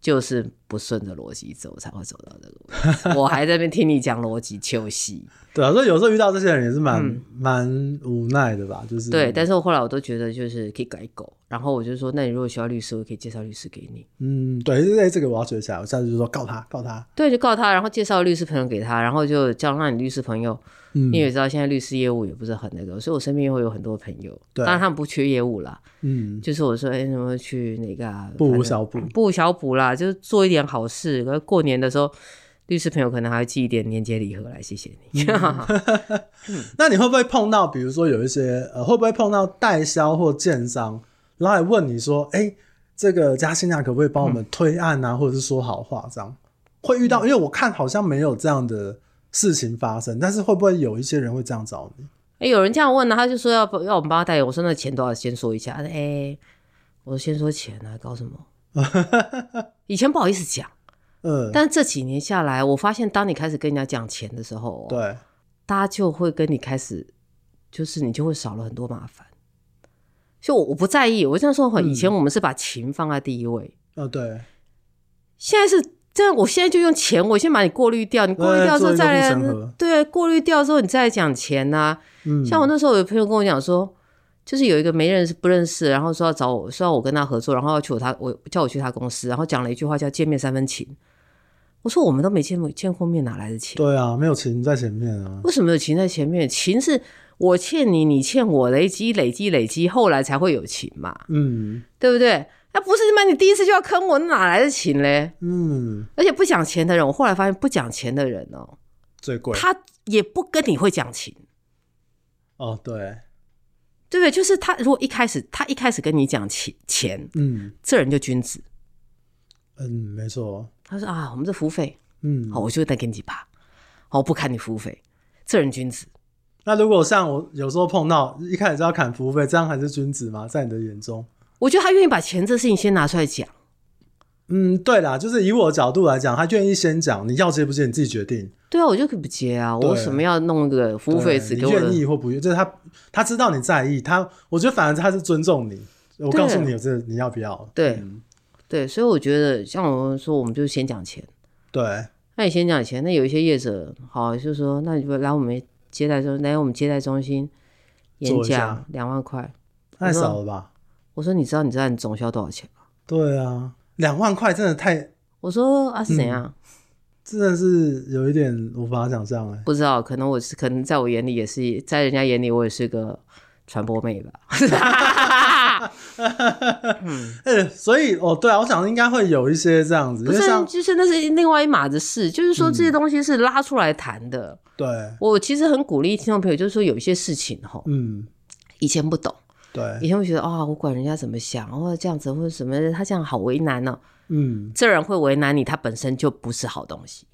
Speaker 2: 就是不顺着逻辑走才会走到这个位置。我 还在那边听你讲逻辑休息，
Speaker 1: 对啊，所以有时候遇到这些人也是蛮
Speaker 2: 嗯
Speaker 1: 蛮、无奈的吧， 就是啊
Speaker 2: 对。但是我后来我都觉得就是可以改狗，然后我就说，那你如果需要律师，我可以介绍律师给你。
Speaker 1: 嗯，对，就是哎这个我要学起来，我下次就说告他，告他，
Speaker 2: 对，就告他，然后介绍律师朋友给他，然后就叫让你律师朋友，
Speaker 1: 嗯
Speaker 2: 你也知道现在律师业务也不是很那个，所以我身边会有很多朋友，
Speaker 1: 对
Speaker 2: 当然他们不缺业务啦，
Speaker 1: 嗯，
Speaker 2: 就是我说，哎、你们去那个、啊、
Speaker 1: 不
Speaker 2: 反
Speaker 1: 无
Speaker 2: 正
Speaker 1: 小补，
Speaker 2: 不无小补啦，就是做一点好事。可是过年的时候，律师朋友可能还会寄一点年节礼盒来，谢谢你。
Speaker 1: 那你会不会碰到，比如说有一些呃，会不会碰到代销或建商，然后来问你说，哎、这个嘉欣啊，可不可以帮
Speaker 2: 嗯
Speaker 1: 我们推案啊，或者是说好话这样？会遇到，因为我看好像没有这样的事情发生，但是会不会有一些人会这样找你？
Speaker 2: 哎、有人这样问呢，他就说要不要我们帮他代言，我说那钱多少，先说一下。他说哎、我说先说钱啊，搞什么？以前不好意思讲，
Speaker 1: 嗯，
Speaker 2: 但这几年下来，我发现当你开始跟人家讲钱的时候、哦，
Speaker 1: 对，
Speaker 2: 大家就会跟你开始，就是你就会少了很多麻烦。就我我不在意，我这样说很，以前我们是把情放在第一位。
Speaker 1: 呃，对，
Speaker 2: 现在是这样，我现在就用钱，我先把你过滤掉，你过滤掉之后
Speaker 1: 对做
Speaker 2: 再
Speaker 1: 一个
Speaker 2: 来
Speaker 1: 护城河，
Speaker 2: 对，过滤掉之后你再来讲钱呐、
Speaker 1: 嗯，
Speaker 2: 像我那时候有朋友跟我讲说，就是有一个没认识不认识，然后说要找我，说要我跟他合作，然后要去我他我叫我去他公司，然后讲了一句话叫“见面三分情”，我说我们都没见过见过面，哪来的情？
Speaker 1: 对啊，没有情在前面啊，
Speaker 2: 为什么有情在前面？情是我欠你，你欠我，累积累积累积，后来才会有情嘛，
Speaker 1: 嗯
Speaker 2: 对不对？那不是嘛？你第一次就要坑我，哪来的情嘞？
Speaker 1: 嗯，
Speaker 2: 而且不讲钱的人，我后来发现不讲钱的人哦、
Speaker 1: 最贵
Speaker 2: 他也不跟你会讲情，
Speaker 1: 哦，对，
Speaker 2: 对不对？就是他如果一开始他一开始跟你讲钱钱，
Speaker 1: 嗯
Speaker 2: 这人就君子。
Speaker 1: 嗯，没错，
Speaker 2: 他说啊，我们这服务费，
Speaker 1: 嗯
Speaker 2: 好，，我就再给你几趴，哦好，我不砍你服务费，这人君子。
Speaker 1: 那如果像我有时候碰到一开始就要砍服务费，这样还是君子吗？在你的眼中？
Speaker 2: 我觉得他愿意把钱这事情先拿出来讲，
Speaker 1: 嗯，对啦，就是以我的角度来讲，他愿意先讲，你要接不接你自己决定，
Speaker 2: 对啊，我就可以不接啊，
Speaker 1: 对
Speaker 2: 我为什么要弄一个服务费
Speaker 1: 对
Speaker 2: 只
Speaker 1: 你
Speaker 2: 给我
Speaker 1: 愿
Speaker 2: 的？
Speaker 1: 意或不愿意，就是他他知道你在意，他我觉得反而他是尊重你，我
Speaker 2: 对
Speaker 1: 告诉你有这个你要不要？
Speaker 2: 对、
Speaker 1: 嗯
Speaker 2: 对，所以我觉得像我们说，我们就先讲钱。
Speaker 1: 对，
Speaker 2: 那你先讲钱，那有一些业者好就说，那你就来我们接待中，来我们接待中心演
Speaker 1: 做一下
Speaker 2: 讲两万块。
Speaker 1: 太少了吧？
Speaker 2: 我说你知道你知道你总销多少钱吗？
Speaker 1: 对啊，两万块真的太，
Speaker 2: 我说啊是怎
Speaker 1: 嗯
Speaker 2: 样？
Speaker 1: 真的是有一点无法想象哎、
Speaker 2: 不知道，可能我是可能在我眼里也是，在人家眼里我也是个传播妹 吧。
Speaker 1: 哎、所以哦，对啊，我想应该会有一些这样子，因
Speaker 2: 不
Speaker 1: 为
Speaker 2: 是，
Speaker 1: 像嗯
Speaker 2: 就是那是另外一码子事，就是说这些东西是拉出来谈的。
Speaker 1: 对，
Speaker 2: 我其实很鼓励听众朋友，就是说有一些事情哈，
Speaker 1: 嗯，
Speaker 2: 以前不懂，以
Speaker 1: 对，
Speaker 2: 前会觉得啊、我管人家怎么想，或者这样子或者什么，他这样好为难呢、哦
Speaker 1: 嗯，
Speaker 2: 这人会为难你，他本身就不是好东西。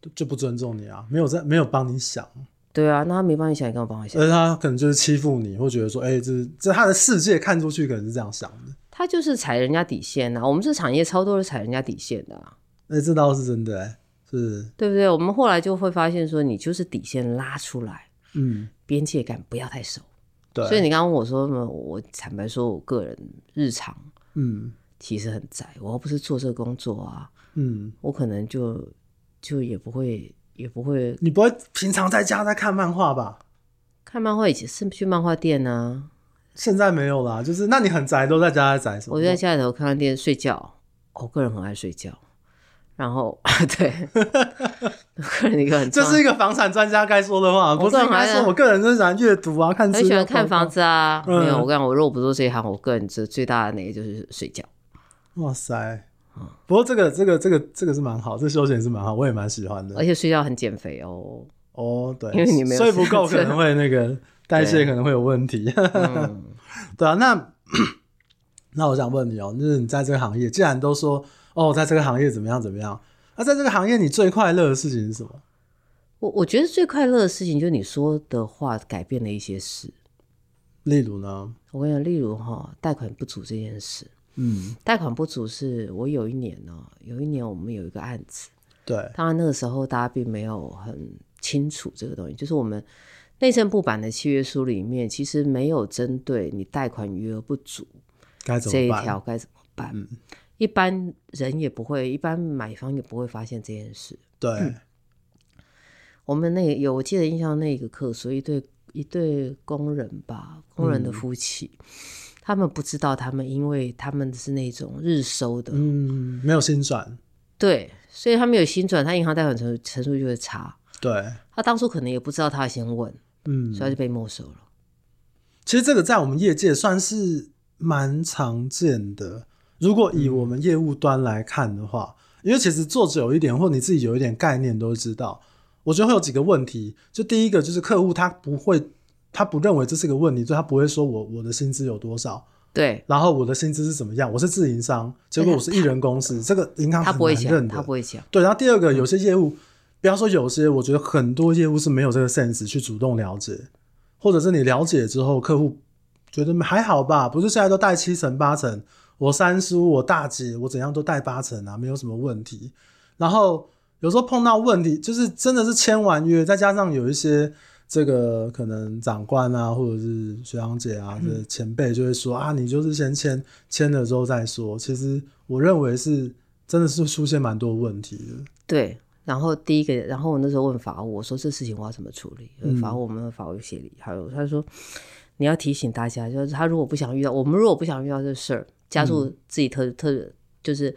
Speaker 1: 就就不尊重你啊，没有在没有帮你想，
Speaker 2: 对啊，那他没帮你想，也跟我帮我想，
Speaker 1: 而且他可能就是欺负你，或觉得说，哎、这这他的世界看出去可能是这样想的，
Speaker 2: 他就是踩人家底线呐、我们这产业超多是踩人家底线的、啊，
Speaker 1: 哎、这倒是真的、哎，是，
Speaker 2: 对不对？我们后来就会发现说，你就是底线拉出来，
Speaker 1: 嗯，
Speaker 2: 边界感不要太熟。
Speaker 1: 对，
Speaker 2: 所以你刚刚问我说什么？我坦白说，我个人日常
Speaker 1: 嗯
Speaker 2: 其实很宅，我又不是做这个工作啊，
Speaker 1: 嗯，
Speaker 2: 我可能就就也不会也不会
Speaker 1: 你不会平常在家在看漫画吧？
Speaker 2: 看漫画，以前是去漫画店啊，
Speaker 1: 现在没有啦，就是那你很宅，都在家在宅什么？
Speaker 2: 我就在家里头看看电视睡觉。我个人很爱睡觉，然后 对，我个人一个很
Speaker 1: 这
Speaker 2: 重
Speaker 1: 是一个房产专家该说的话，不是应该说我个人就是喜欢阅读啊，看
Speaker 2: 很喜欢看房
Speaker 1: 房。
Speaker 2: 子啊。
Speaker 1: 嗯
Speaker 2: 没有，我跟你讲，我如果不做这一行，我个人最最大的那个就是睡觉。
Speaker 1: 哇塞！不过这个这个这个这个是蛮好，这休闲是蛮好，我也蛮喜欢
Speaker 2: 而
Speaker 1: 的。
Speaker 2: 且睡觉很减肥 哦。
Speaker 1: 哦，对，
Speaker 2: 哎因为你没有
Speaker 1: 睡不够，
Speaker 2: 吃
Speaker 1: 可能会那个 代谢可能会有问题。
Speaker 2: 嗯，
Speaker 1: 对啊，那那我想问你哦，就是你在这个行业，既然都说哦，在这个行业怎么样怎么样。那、在这个行业，你最快乐的事情是什么？
Speaker 2: 我我觉得最快乐的事情就是你说的话改变了一些事。
Speaker 1: 例如呢？
Speaker 2: 我跟你讲，例如哈，贷款不足这件事，
Speaker 1: 嗯，
Speaker 2: 贷款不足是我有一年呢、有一年我们有一个案子，
Speaker 1: 对，
Speaker 2: 当然那个时候大家并没有很清楚这个东西，就是我们内政部版的契约书里面其实没有针对你贷款余额不足
Speaker 1: 该怎么
Speaker 2: 这一
Speaker 1: 办？嗯
Speaker 2: 条该怎么办，一般人也不会，一般买方也不会发现这件事。
Speaker 1: 对，
Speaker 2: 嗯我们那个有，我记得印象那个课，所以一对一对工人吧，工
Speaker 1: 嗯
Speaker 2: 人的夫妻，他们不知道他们，因为他们是那种日收的，
Speaker 1: 嗯，没有薪转，
Speaker 2: 对，所以他们有薪转，他银行贷款成成数就会差。
Speaker 1: 对，
Speaker 2: 他当初可能也不知道，他先问，
Speaker 1: 嗯，
Speaker 2: 所以他就被没收了。
Speaker 1: 其实这个在我们业界算是蛮常见的。如果
Speaker 2: 嗯
Speaker 1: 以我们业务端来看的话，因为其实做久一点，或你自己有一点概念，都知道，我觉得会有几个问题。就第一个就是客户他不会，他不认为这是个问题，所以他不会说我我的薪资有多少，
Speaker 2: 对
Speaker 1: 然后我的薪资是怎么样，我是自营商，结果我是一人公司，这个银行
Speaker 2: 他
Speaker 1: 很
Speaker 2: 不会
Speaker 1: 难认
Speaker 2: 讲，
Speaker 1: 的。
Speaker 2: 他不会讲，
Speaker 1: 对，然后第二个，有些业务，不要说有些，我觉得很多业务是没有这个 sense 去主动了解，或者是你了解之后，客户觉得还好吧，不是现在都贷七成八成，我三叔、我大姐、我怎样都贷八成啊，没有什么问题。然后有时候碰到问题，就是真的是签完约，再加上有一些这个可能长官啊，或者是学长姐啊，这前辈就会说、啊，你就是先签，签了之后再说。其实我认为是真的是出现蛮多问题的。
Speaker 2: 对。然后第一个，然后我那时候问法务，我说这事情我要怎么处理？
Speaker 1: 嗯
Speaker 2: 法务我们的法务协理，还有他说你要提醒大家，就是他如果不想遇到，我们如果不想遇到这事儿，加入自己特、特就是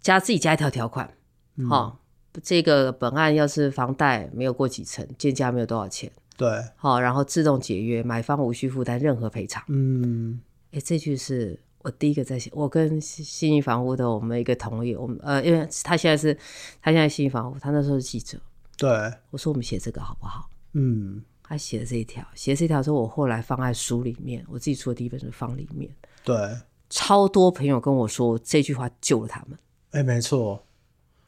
Speaker 2: 加自己加一条条款，
Speaker 1: 嗯
Speaker 2: 好、这个本案要是房贷没有过几成，建价没有多少钱，
Speaker 1: 对，
Speaker 2: 好、然后自动解约，买方无需负担任何赔偿。
Speaker 1: 嗯，
Speaker 2: 哎，这句是我第一个在写，我跟信信义房屋的我们一个同业，我们呃，因为他现在是他现在信义房屋，他那时候是记者，
Speaker 1: 对，
Speaker 2: 我说我们写这个好不好？
Speaker 1: 嗯，
Speaker 2: 他写了这一条，写了这条之后，我后来放在书里面，我自己出的第一本书放里面，
Speaker 1: 对，
Speaker 2: 超多朋友跟我说这句话救了他们。
Speaker 1: 哎、没错，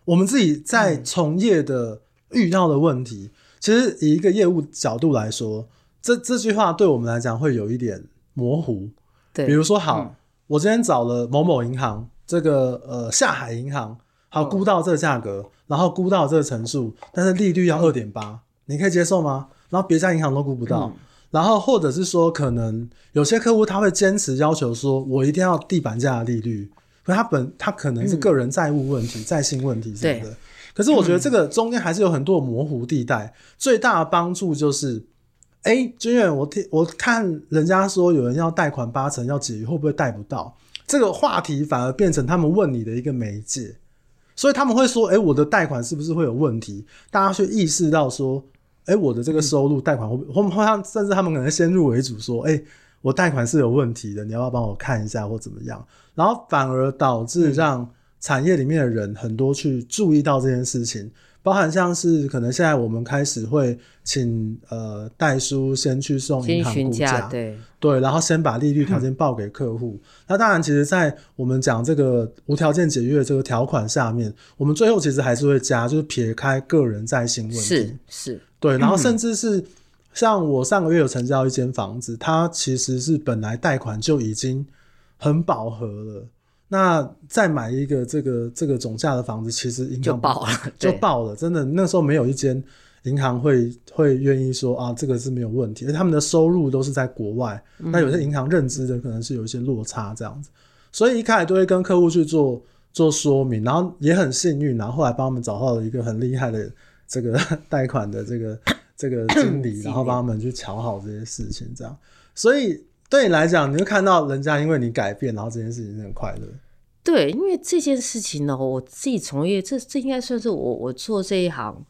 Speaker 1: 我们自己在从业的遇到的问题，其实以一个业务角度来说，这这句话对我们来讲会有一点模糊。
Speaker 2: 对，
Speaker 1: 比如说，好，我今天找了某某银行，这个呃下海银行，好估到这个价格，然后估到这个层数，但是利率要二点八，你可以接受吗？然后别家银行都估不到，然后或者是说，可能有些客户他会坚持要求说，我一定要地板价的利率，可他本他可能是个人债务问题、债信问题什么的。可是我觉得这个中间还是有很多模糊地带，最大的帮助就是。哎，君远，我听我看人家说有人要贷款八成要解约，会不会贷不到？这个话题反而变成他们问你的一个媒介，所以他们会说：“哎，我的贷款是不是会有问题？”大家去意识到说：“哎，我的这个收入贷款会不会……”或
Speaker 2: 嗯
Speaker 1: 或他甚至他们可能先入为主说：“哎，我贷款是有问题的，你要不要帮我看一下或怎么样？”然后反而导致
Speaker 2: 嗯
Speaker 1: 让产业里面的人很多去注意到这件事情，包含像是可能现在我们开始会请呃代书先去送银
Speaker 2: 先
Speaker 1: 行
Speaker 2: 询
Speaker 1: 估价，
Speaker 2: 对，
Speaker 1: 对，然后先把利率条件报给客户。那当然，其实，在我们讲这个无条件解约的这个条款下面，我们最后其实还是会加，就是撇开个人在性问题。
Speaker 2: 是是，
Speaker 1: 对，然后甚至是像我上个月有成交一间房子，它其实是本来贷款就已经很饱和了，那再买一个这个这个总价的房子，其实银
Speaker 2: 就
Speaker 1: 行
Speaker 2: 爆了，
Speaker 1: 就
Speaker 2: 对
Speaker 1: 爆了，真的那时候没有一间银行会会愿意说啊，这个是没有问题，而他们的收入都是在国外，那有些银行认知的可能是有一些落差这样子，所以一开始都会跟客户去做做说明，然后也很幸运，然后后来帮他们找到了一个很厉害的这个 贷款的这个这个经理，然后帮他们去瞧好这些事情这样，所以对你来讲，你就看到人家因为你改变，然后这件事情是很快乐，
Speaker 2: 对，因为这件事情呢，我自己从业，这这应该算是我我做这一行，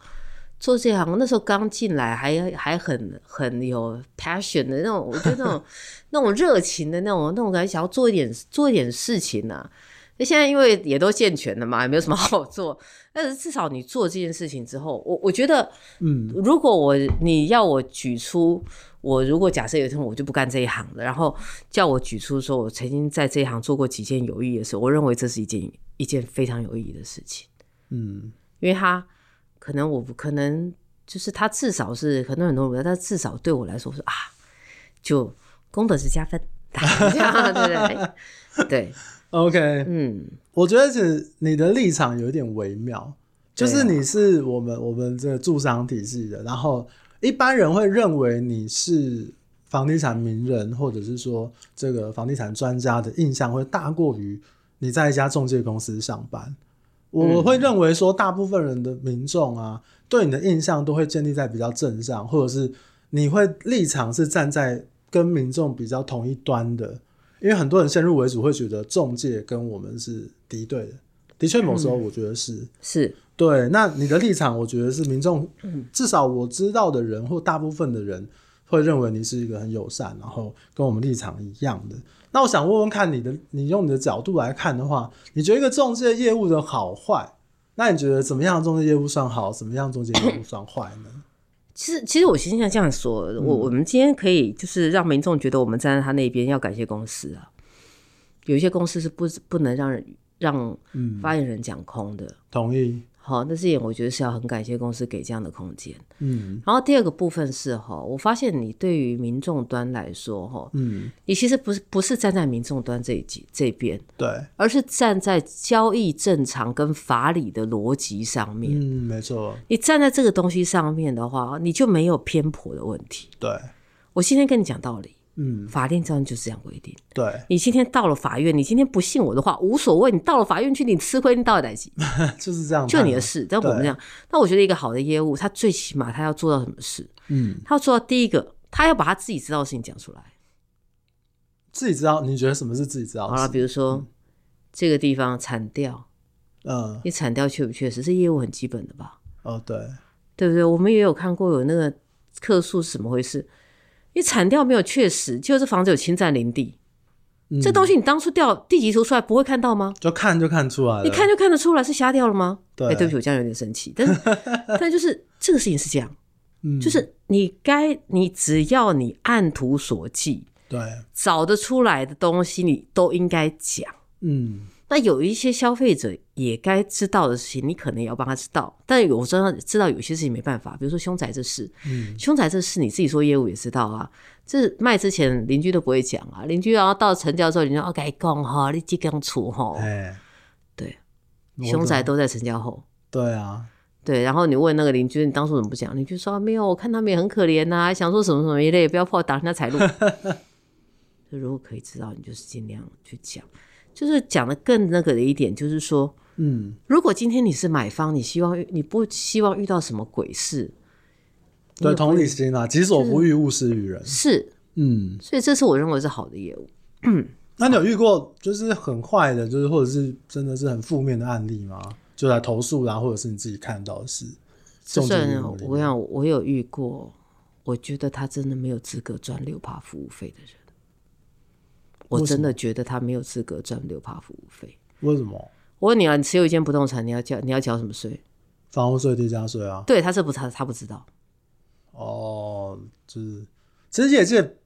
Speaker 2: 做这一行，我那时候刚进来还还很很有 passion 的那种，我觉得那种那种热情的那种那种感觉，想要做一点做一点事情呢、啊。那现在因为也都健全了嘛，也没有什么好做。但是至少你做这件事情之后，我我觉得，
Speaker 1: 嗯，
Speaker 2: 如果我你要我举出，我如果假设有一天我就不干这一行了，然后叫我举出说我曾经在这一行做过几件有意义的事，我认为这是一件一件非常有意义的事情，
Speaker 1: 嗯
Speaker 2: 因为它可能我不可能就是它至少是可能很多人不知道，但至少对我来说是啊，就功德是加分，这样对不对？对，
Speaker 1: ，OK，
Speaker 2: 嗯，
Speaker 1: 我觉得其实你的立场有一点微妙，就是你是我们、我们这个住商体系的，然后一般人会认为你是房地产名人，或者是说这个房地产专家的印象会大过于你在一家中介公司上班。我
Speaker 2: 嗯
Speaker 1: 会认为说，大部分人的民众啊，对你的印象都会建立在比较正向，或者是你会立场是站在跟民众比较同一端的。因为很多人先入为主会觉得中介跟我们是敌对的，的确某时候我觉得是、
Speaker 2: 是
Speaker 1: 对。那你的立场，我觉得是民众，
Speaker 2: 嗯
Speaker 1: 至少我知道的人或大部分的人会认为你是一个很友善，然后跟我们立场一样的。那我想问问看你的，你用你的角度来看的话，你觉得一个中介业务的好坏？那你觉得怎么样的中介业务算好，怎么样的中介业务算坏呢？
Speaker 2: 其实，其实我心想这样说，我
Speaker 1: 嗯
Speaker 2: 我们今天可以就是让民众觉得我们站在他那边，要感谢公司啊。有一些公司是不不能让人让
Speaker 1: 嗯，
Speaker 2: 发言人讲空的，
Speaker 1: 同意。
Speaker 2: 好、那这一点我觉得是要很感谢公司给这样的空间。
Speaker 1: 嗯
Speaker 2: 然后第二个部分是哈，我发现你对于民众端来说哈，
Speaker 1: 嗯，
Speaker 2: 你其实不是不是站在民众端这一集这边，
Speaker 1: 对，
Speaker 2: 而是站在交易正常跟法理的逻辑上面。
Speaker 1: 嗯，没错，
Speaker 2: 你站在这个东西上面的话，你就没有偏颇的问题。
Speaker 1: 对，
Speaker 2: 我今天跟你讲道理，
Speaker 1: 嗯，
Speaker 2: 法令这样就是这样规定。
Speaker 1: 对，
Speaker 2: 你今天到了法院，你今天不信我的话无所谓，你到了法院去，你吃亏，你到底几，
Speaker 1: 就是这样。啊
Speaker 2: 就你的，事。但我们
Speaker 1: 嗯对
Speaker 2: 这样，那我觉得一个好的业务，他最起码他要做到什么事？
Speaker 1: 嗯，
Speaker 2: 他要做到第一个，他要把他自己知道的事情讲出来。
Speaker 1: 自己知道，你觉得什哦么是嗯自己知道
Speaker 2: 好
Speaker 1: 的
Speaker 2: 了，
Speaker 1: 事？
Speaker 2: 比如说这个地方产调，
Speaker 1: 嗯，
Speaker 2: 你产调确不确实是业务很基本的吧？
Speaker 1: 哦，对，
Speaker 2: 对不对？我们也有看过有那个客诉是怎么回事，你产调没有确实，就是房子有侵占林地，
Speaker 1: 嗯
Speaker 2: 这东西你当初调地籍图出来不会看到吗？
Speaker 1: 就看就看出来了。
Speaker 2: 你看，就看得出来是瞎掉了吗？
Speaker 1: 对
Speaker 2: 哎对不起，我这样有点生气，但 是但就是这个事情是这样，
Speaker 1: 嗯，
Speaker 2: 就是你该你只要你按图索骥
Speaker 1: 对，
Speaker 2: 找得出来的东西，你都应该讲。
Speaker 1: 嗯，
Speaker 2: 那有一些消费者也该知道的事情，你可能也要帮他知道。但有知道知道有些事情没办法，比如说凶宅这事，
Speaker 1: 嗯
Speaker 2: 凶宅这事你自己做业务也知道啊。这卖之前邻居都不会讲啊，邻居然后到成交之后，你说哦，该讲哈，你即刚出哈，
Speaker 1: 哎，
Speaker 2: 对，
Speaker 1: 我
Speaker 2: 凶宅
Speaker 1: 懂
Speaker 2: 都在成交后。
Speaker 1: 对啊，
Speaker 2: 对，然后你问那个邻居，你当初怎么不讲？邻居说、啊没有，我看他们也很可怜呐、想说什么什么一类，不要怕我挡人 家财路。就如果可以知道，你就是尽量去讲，就是讲的更那个的一点，就是说，
Speaker 1: 嗯，
Speaker 2: 如果今天你是买方，你希望遇你不希望遇到什么鬼事，你
Speaker 1: 对，
Speaker 2: 也
Speaker 1: 同理心啊，己所不欲，勿施于人。
Speaker 2: 是，
Speaker 1: 嗯，
Speaker 2: 所以这是我认为是好的业务。
Speaker 1: 那你有遇过就是很坏的，就是或者是真的是很负面的案例吗？就来投诉啦，或者是你自己看到的事。
Speaker 2: 就
Speaker 1: 中介业
Speaker 2: 算
Speaker 1: 务里
Speaker 2: 我
Speaker 1: 面
Speaker 2: 想，我有遇过，我觉得他真的没有资格赚六趴服务费的人，我
Speaker 1: 为什
Speaker 2: 真的觉得他没有资格赚六趴服务费。
Speaker 1: 为什么
Speaker 2: 我问你啊，你持有一间不动产，你要交你要缴什么税？
Speaker 1: 房屋税、地价税啊？
Speaker 2: 对他这不他他不知道，
Speaker 1: 哦，就是其实业界，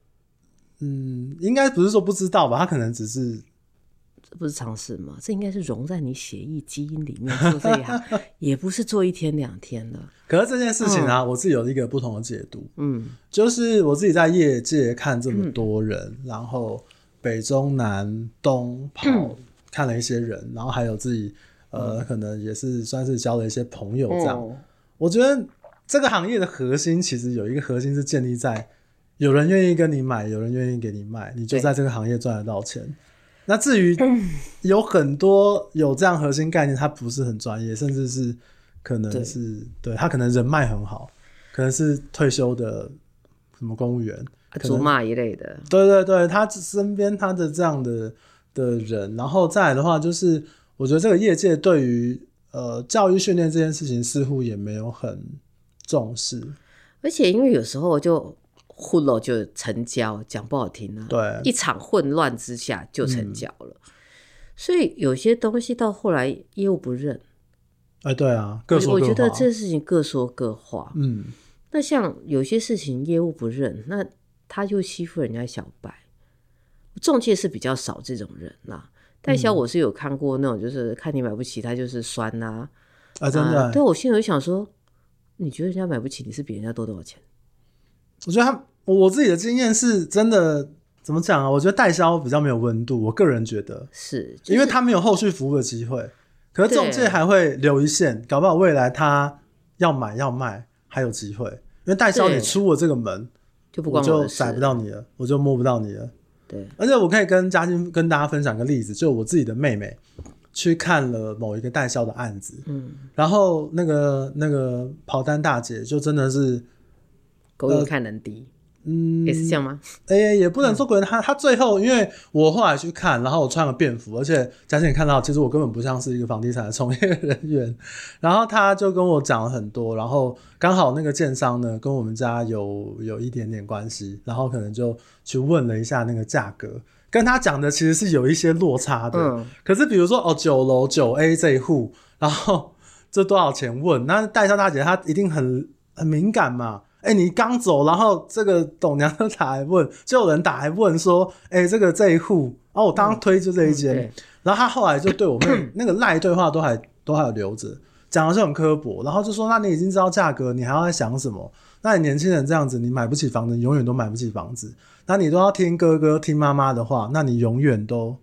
Speaker 1: 嗯，应该不是说不知道吧，他可能只是
Speaker 2: 这不是常识吗？这应该是融在你血液基因里面做这一行， 也不是做一天两天的。
Speaker 1: 可是这件事情啊，我自己有一个不同的解读，
Speaker 2: 嗯
Speaker 1: 就是我自己在业界看这么多人，然后北中南东跑、看了一些人，然后还有自己呃，可能也是算是交了一些朋友这样。
Speaker 2: 哦
Speaker 1: 我觉得这个行业的核心其实有一个核心是建立在有人愿意跟你买，有人愿意给你卖，你就
Speaker 2: 对
Speaker 1: 在这个行业赚得到钱。那至于有很多有这样核心概念，他不是很专业，甚至是可
Speaker 2: 对
Speaker 1: 能是对他可能人脉很好，可能是退休的什么公务员，可
Speaker 2: 祖
Speaker 1: 能
Speaker 2: 骂一类的，
Speaker 1: 对对对，他身边他的这样的的人，然后再来的话，就是我觉得这个业界对于呃教育训练这件事情似乎也没有很重视。
Speaker 2: 而且因为有时候就混了就成交，讲不好听啊，
Speaker 1: 对，嗯
Speaker 2: 一场混乱之下就成交了。所以有些东西到后来业务不认，
Speaker 1: 哎，对啊，各
Speaker 2: 我
Speaker 1: 说
Speaker 2: 我
Speaker 1: 各
Speaker 2: 觉得
Speaker 1: 话
Speaker 2: 这事情各说各话。
Speaker 1: 嗯
Speaker 2: 那像有些事情业务不认，那他就欺负人家小白。中介是比较少这种人啦、代
Speaker 1: 嗯
Speaker 2: 销我是有看过那种，就是看你买不起，他就是酸呐、啊。
Speaker 1: 啊，真的、
Speaker 2: 啊对，我心里就想说，你觉得人家买不起，你是比人家多多少钱？
Speaker 1: 我觉得他我我自己的经验是真的，怎么讲啊？我觉得代销比较没有温度，我个人觉得，
Speaker 2: 是，
Speaker 1: 因为
Speaker 2: 就是
Speaker 1: 他没有后续服务的机会。可是中介
Speaker 2: 对
Speaker 1: 还会留一线，搞不好未来他要买要卖还有机会，因为代销
Speaker 2: 对
Speaker 1: 你出我这个门，
Speaker 2: 就不
Speaker 1: 我
Speaker 2: 关我
Speaker 1: 就
Speaker 2: 的事
Speaker 1: 宰不。到你了，我就摸不到你了。
Speaker 2: 对，
Speaker 1: 而且我可以跟嘉欣跟大家分享个例子，就我自己的妹妹去看了某一个代销的案子，
Speaker 2: 嗯，
Speaker 1: 然后那个那个跑单大姐就真的是，
Speaker 2: 狗眼看人低，
Speaker 1: 嗯
Speaker 2: 也，是这样吗？
Speaker 1: 哎、也不能说鬼，她她最后因为我后来去看，然后我穿了便服，而且嘉欣也看到，其实我根本不像是一个房地产的从业人员，然后她就跟我讲了很多，然后刚好那个建商呢跟我们家有有一点点关系，然后可能就去问了一下那个价格，跟她讲的其实是有一些落差的，
Speaker 2: 嗯，
Speaker 1: 可是比如说哦，九楼九 A 这一户，然后这多少钱问？那代销大姐她一定很很敏感嘛。哎、你刚走，然后这个董娘就打来问，就有人打来问说，哎、这个这一户，哦，我刚刚推就这一间、
Speaker 2: 对，
Speaker 1: 然后她后来就对我 妹那个赖对话都还都还有留着，讲的是很刻薄，然后就说，那你已经知道价格，你还要在想什么？那你年轻人这样子，你买不起房子，你永远都买不起房子。那你都要听哥哥、听妈妈的话，那你永远都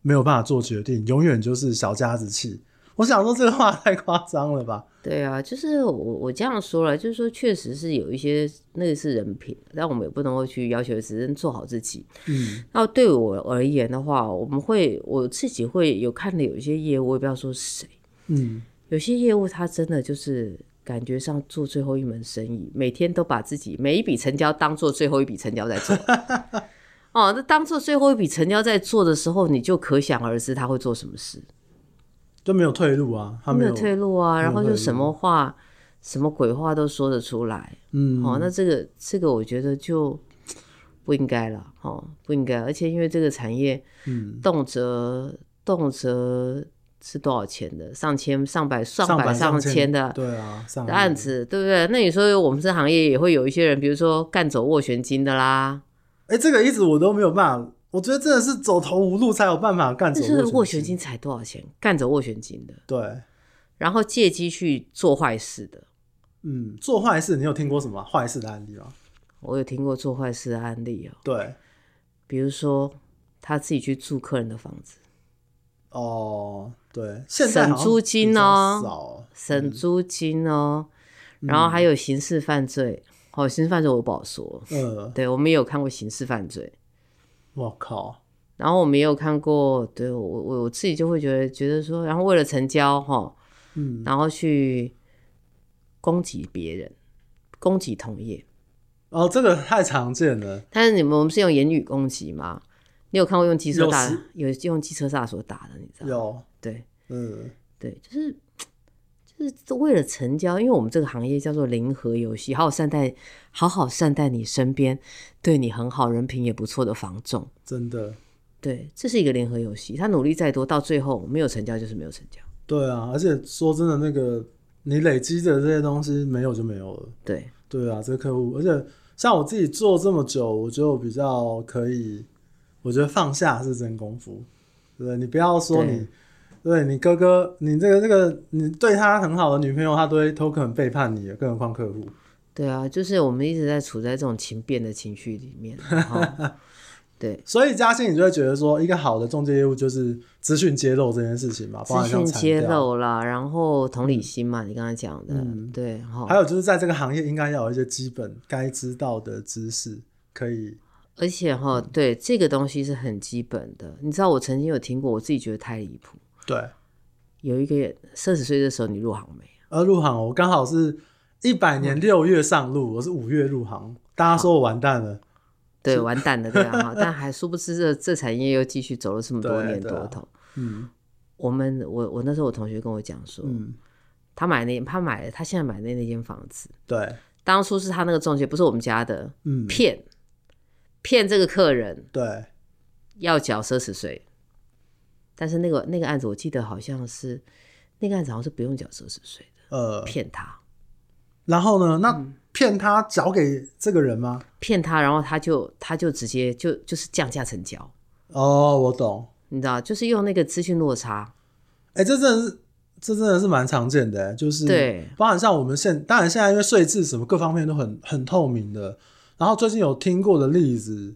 Speaker 1: 没有办法做决定，永远就是小家子气。我想说这个话太夸张了吧？
Speaker 2: 对啊，就是我我这样说了，就是说确实是有一些那个是人品，但我们也不能够去要求，只能做好自己。
Speaker 1: 嗯
Speaker 2: 那对我而言的话，我们会我自己会有看的有一些业务，我也不要说是谁，
Speaker 1: 嗯，
Speaker 2: 有些业务他真的就是感觉上做最后一门生意，每天都把自己每一笔成交当做最后一笔成交在做。哦，那当做最后一笔成交在做的时候，你就可想而知他会做什么事，
Speaker 1: 就没有退路啊，他
Speaker 2: 没
Speaker 1: 没
Speaker 2: 有
Speaker 1: 有
Speaker 2: 退路啊，
Speaker 1: 没有
Speaker 2: 然后
Speaker 1: 退
Speaker 2: 就
Speaker 1: 路
Speaker 2: 什么话、什么鬼话都说得出来。
Speaker 1: 嗯，
Speaker 2: 哦，那这个这个我觉得就不应该了，哦，不应该，而且因为这个产业，
Speaker 1: 嗯，
Speaker 2: 动辄动辄是多少钱的，上千、上百、上
Speaker 1: 上
Speaker 2: 百、上千的，
Speaker 1: 对啊，上
Speaker 2: 的案
Speaker 1: 亿，
Speaker 2: 子，对不对？那你说我们这行业也会有一些人，比如说干走斡旋金的啦，
Speaker 1: 哎、这个一直我都没有办法，我觉得真的是走投无路才有办法干走
Speaker 2: 但是斡
Speaker 1: 旋
Speaker 2: 旋
Speaker 1: 机，
Speaker 2: 金才多少钱？干走斡旋金的，
Speaker 1: 对，
Speaker 2: 然后借机去做坏事的，
Speaker 1: 嗯，做坏事，你有听过什么坏事的案例吗？
Speaker 2: 我有听过做坏事的案例哦，
Speaker 1: 对，
Speaker 2: 比如说他自己去住客人的房子，
Speaker 1: 哦，对，现在好像
Speaker 2: 省租金
Speaker 1: 比较
Speaker 2: 哦
Speaker 1: 少，
Speaker 2: 省租金哦，
Speaker 1: 嗯
Speaker 2: 然后还有刑事犯罪，哦，刑事犯罪我不好说，
Speaker 1: 呃，
Speaker 2: 对我们也有看过刑事犯罪，
Speaker 1: 我靠，
Speaker 2: 然后我们也有看过，对我我我自己就会觉得觉得说，然后为了成交哈。哦
Speaker 1: 嗯，
Speaker 2: 然后去攻击别人，攻击同业。
Speaker 1: 哦，这个太常见了，
Speaker 2: 但是你们我们是用言语攻击吗？你有看过用机车
Speaker 1: 有
Speaker 2: 打
Speaker 1: 时
Speaker 2: 有用机车煞所打的，你知道吗？
Speaker 1: 有，
Speaker 2: 对
Speaker 1: 嗯，
Speaker 2: 对，就是就是为了成交，因为我们这个行业叫做零和游戏，好好善待，好好善待你身边对你很好、人品也不错的房仲。
Speaker 1: 真的，
Speaker 2: 对，这是一个联合游戏，他努力再多，到最后没有成交就是没有成交。
Speaker 1: 对啊，而且说真的，那个你累积的这些东西没有就没有了，
Speaker 2: 对，
Speaker 1: 对啊，这个客户，而且像我自己做这么久，我就比较可以，我觉得放下是真功夫，对你不要说
Speaker 2: 对
Speaker 1: 你。对你哥哥，你这个这个，你对他很好的女朋友，他都会偷可能背叛你了，更何况客户。
Speaker 2: 对啊，就是我们一直在处在这种情变的情绪里 面。哈对，
Speaker 1: 所以嘉欣，你就会觉得说，一个好的中介业务就是资讯揭露这件事情嘛，包
Speaker 2: 资
Speaker 1: 含像
Speaker 2: 讯
Speaker 1: 产
Speaker 2: 揭
Speaker 1: 调，
Speaker 2: 露啦，然后同理心嘛，你刚才讲的，
Speaker 1: 嗯
Speaker 2: 对哈
Speaker 1: 还。有就是在这个行业应该要有一些基本该知道的知识，可以，
Speaker 2: 而且哈，对这个东西是很基本的。你知道我曾经有听过，我自己觉得太离谱。
Speaker 1: 对。
Speaker 2: 有一个三十岁的时候，你入行没？
Speaker 1: 而呃入行我刚好是一百年六月上路，我是五月入行，大家说我完蛋了，
Speaker 2: 对，完蛋了，对啊 哈。但还殊不知这这产业又继续走了这么多
Speaker 1: 对
Speaker 2: 年
Speaker 1: 对
Speaker 2: 多
Speaker 1: 啊
Speaker 2: 头。
Speaker 1: 嗯
Speaker 2: 我们我我那时候我同学跟我讲说，
Speaker 1: 嗯，
Speaker 2: 他买那他买了他现在买的那间房子，
Speaker 1: 对，
Speaker 2: 当初是他那个中介，不是我们家的，
Speaker 1: 嗯
Speaker 2: 骗骗这个客人
Speaker 1: 对，
Speaker 2: 要缴奢侈税，但是那个那个案子，我记得好像是那个案子好像是不用缴奢侈税的，
Speaker 1: 呃，
Speaker 2: 骗他
Speaker 1: 然后呢，那骗他缴给这个人吗？
Speaker 2: 骗他，然后他就他就直接就就是降价成交，
Speaker 1: 哦，我懂。
Speaker 2: 你知道，就是用那个资讯落差，
Speaker 1: 哎、这真的是，这真的是蛮常见的、就是
Speaker 2: 对，
Speaker 1: 包含像我们现，当然现在因为税制什么各方面都很很透明的，然后最近有听过的例子，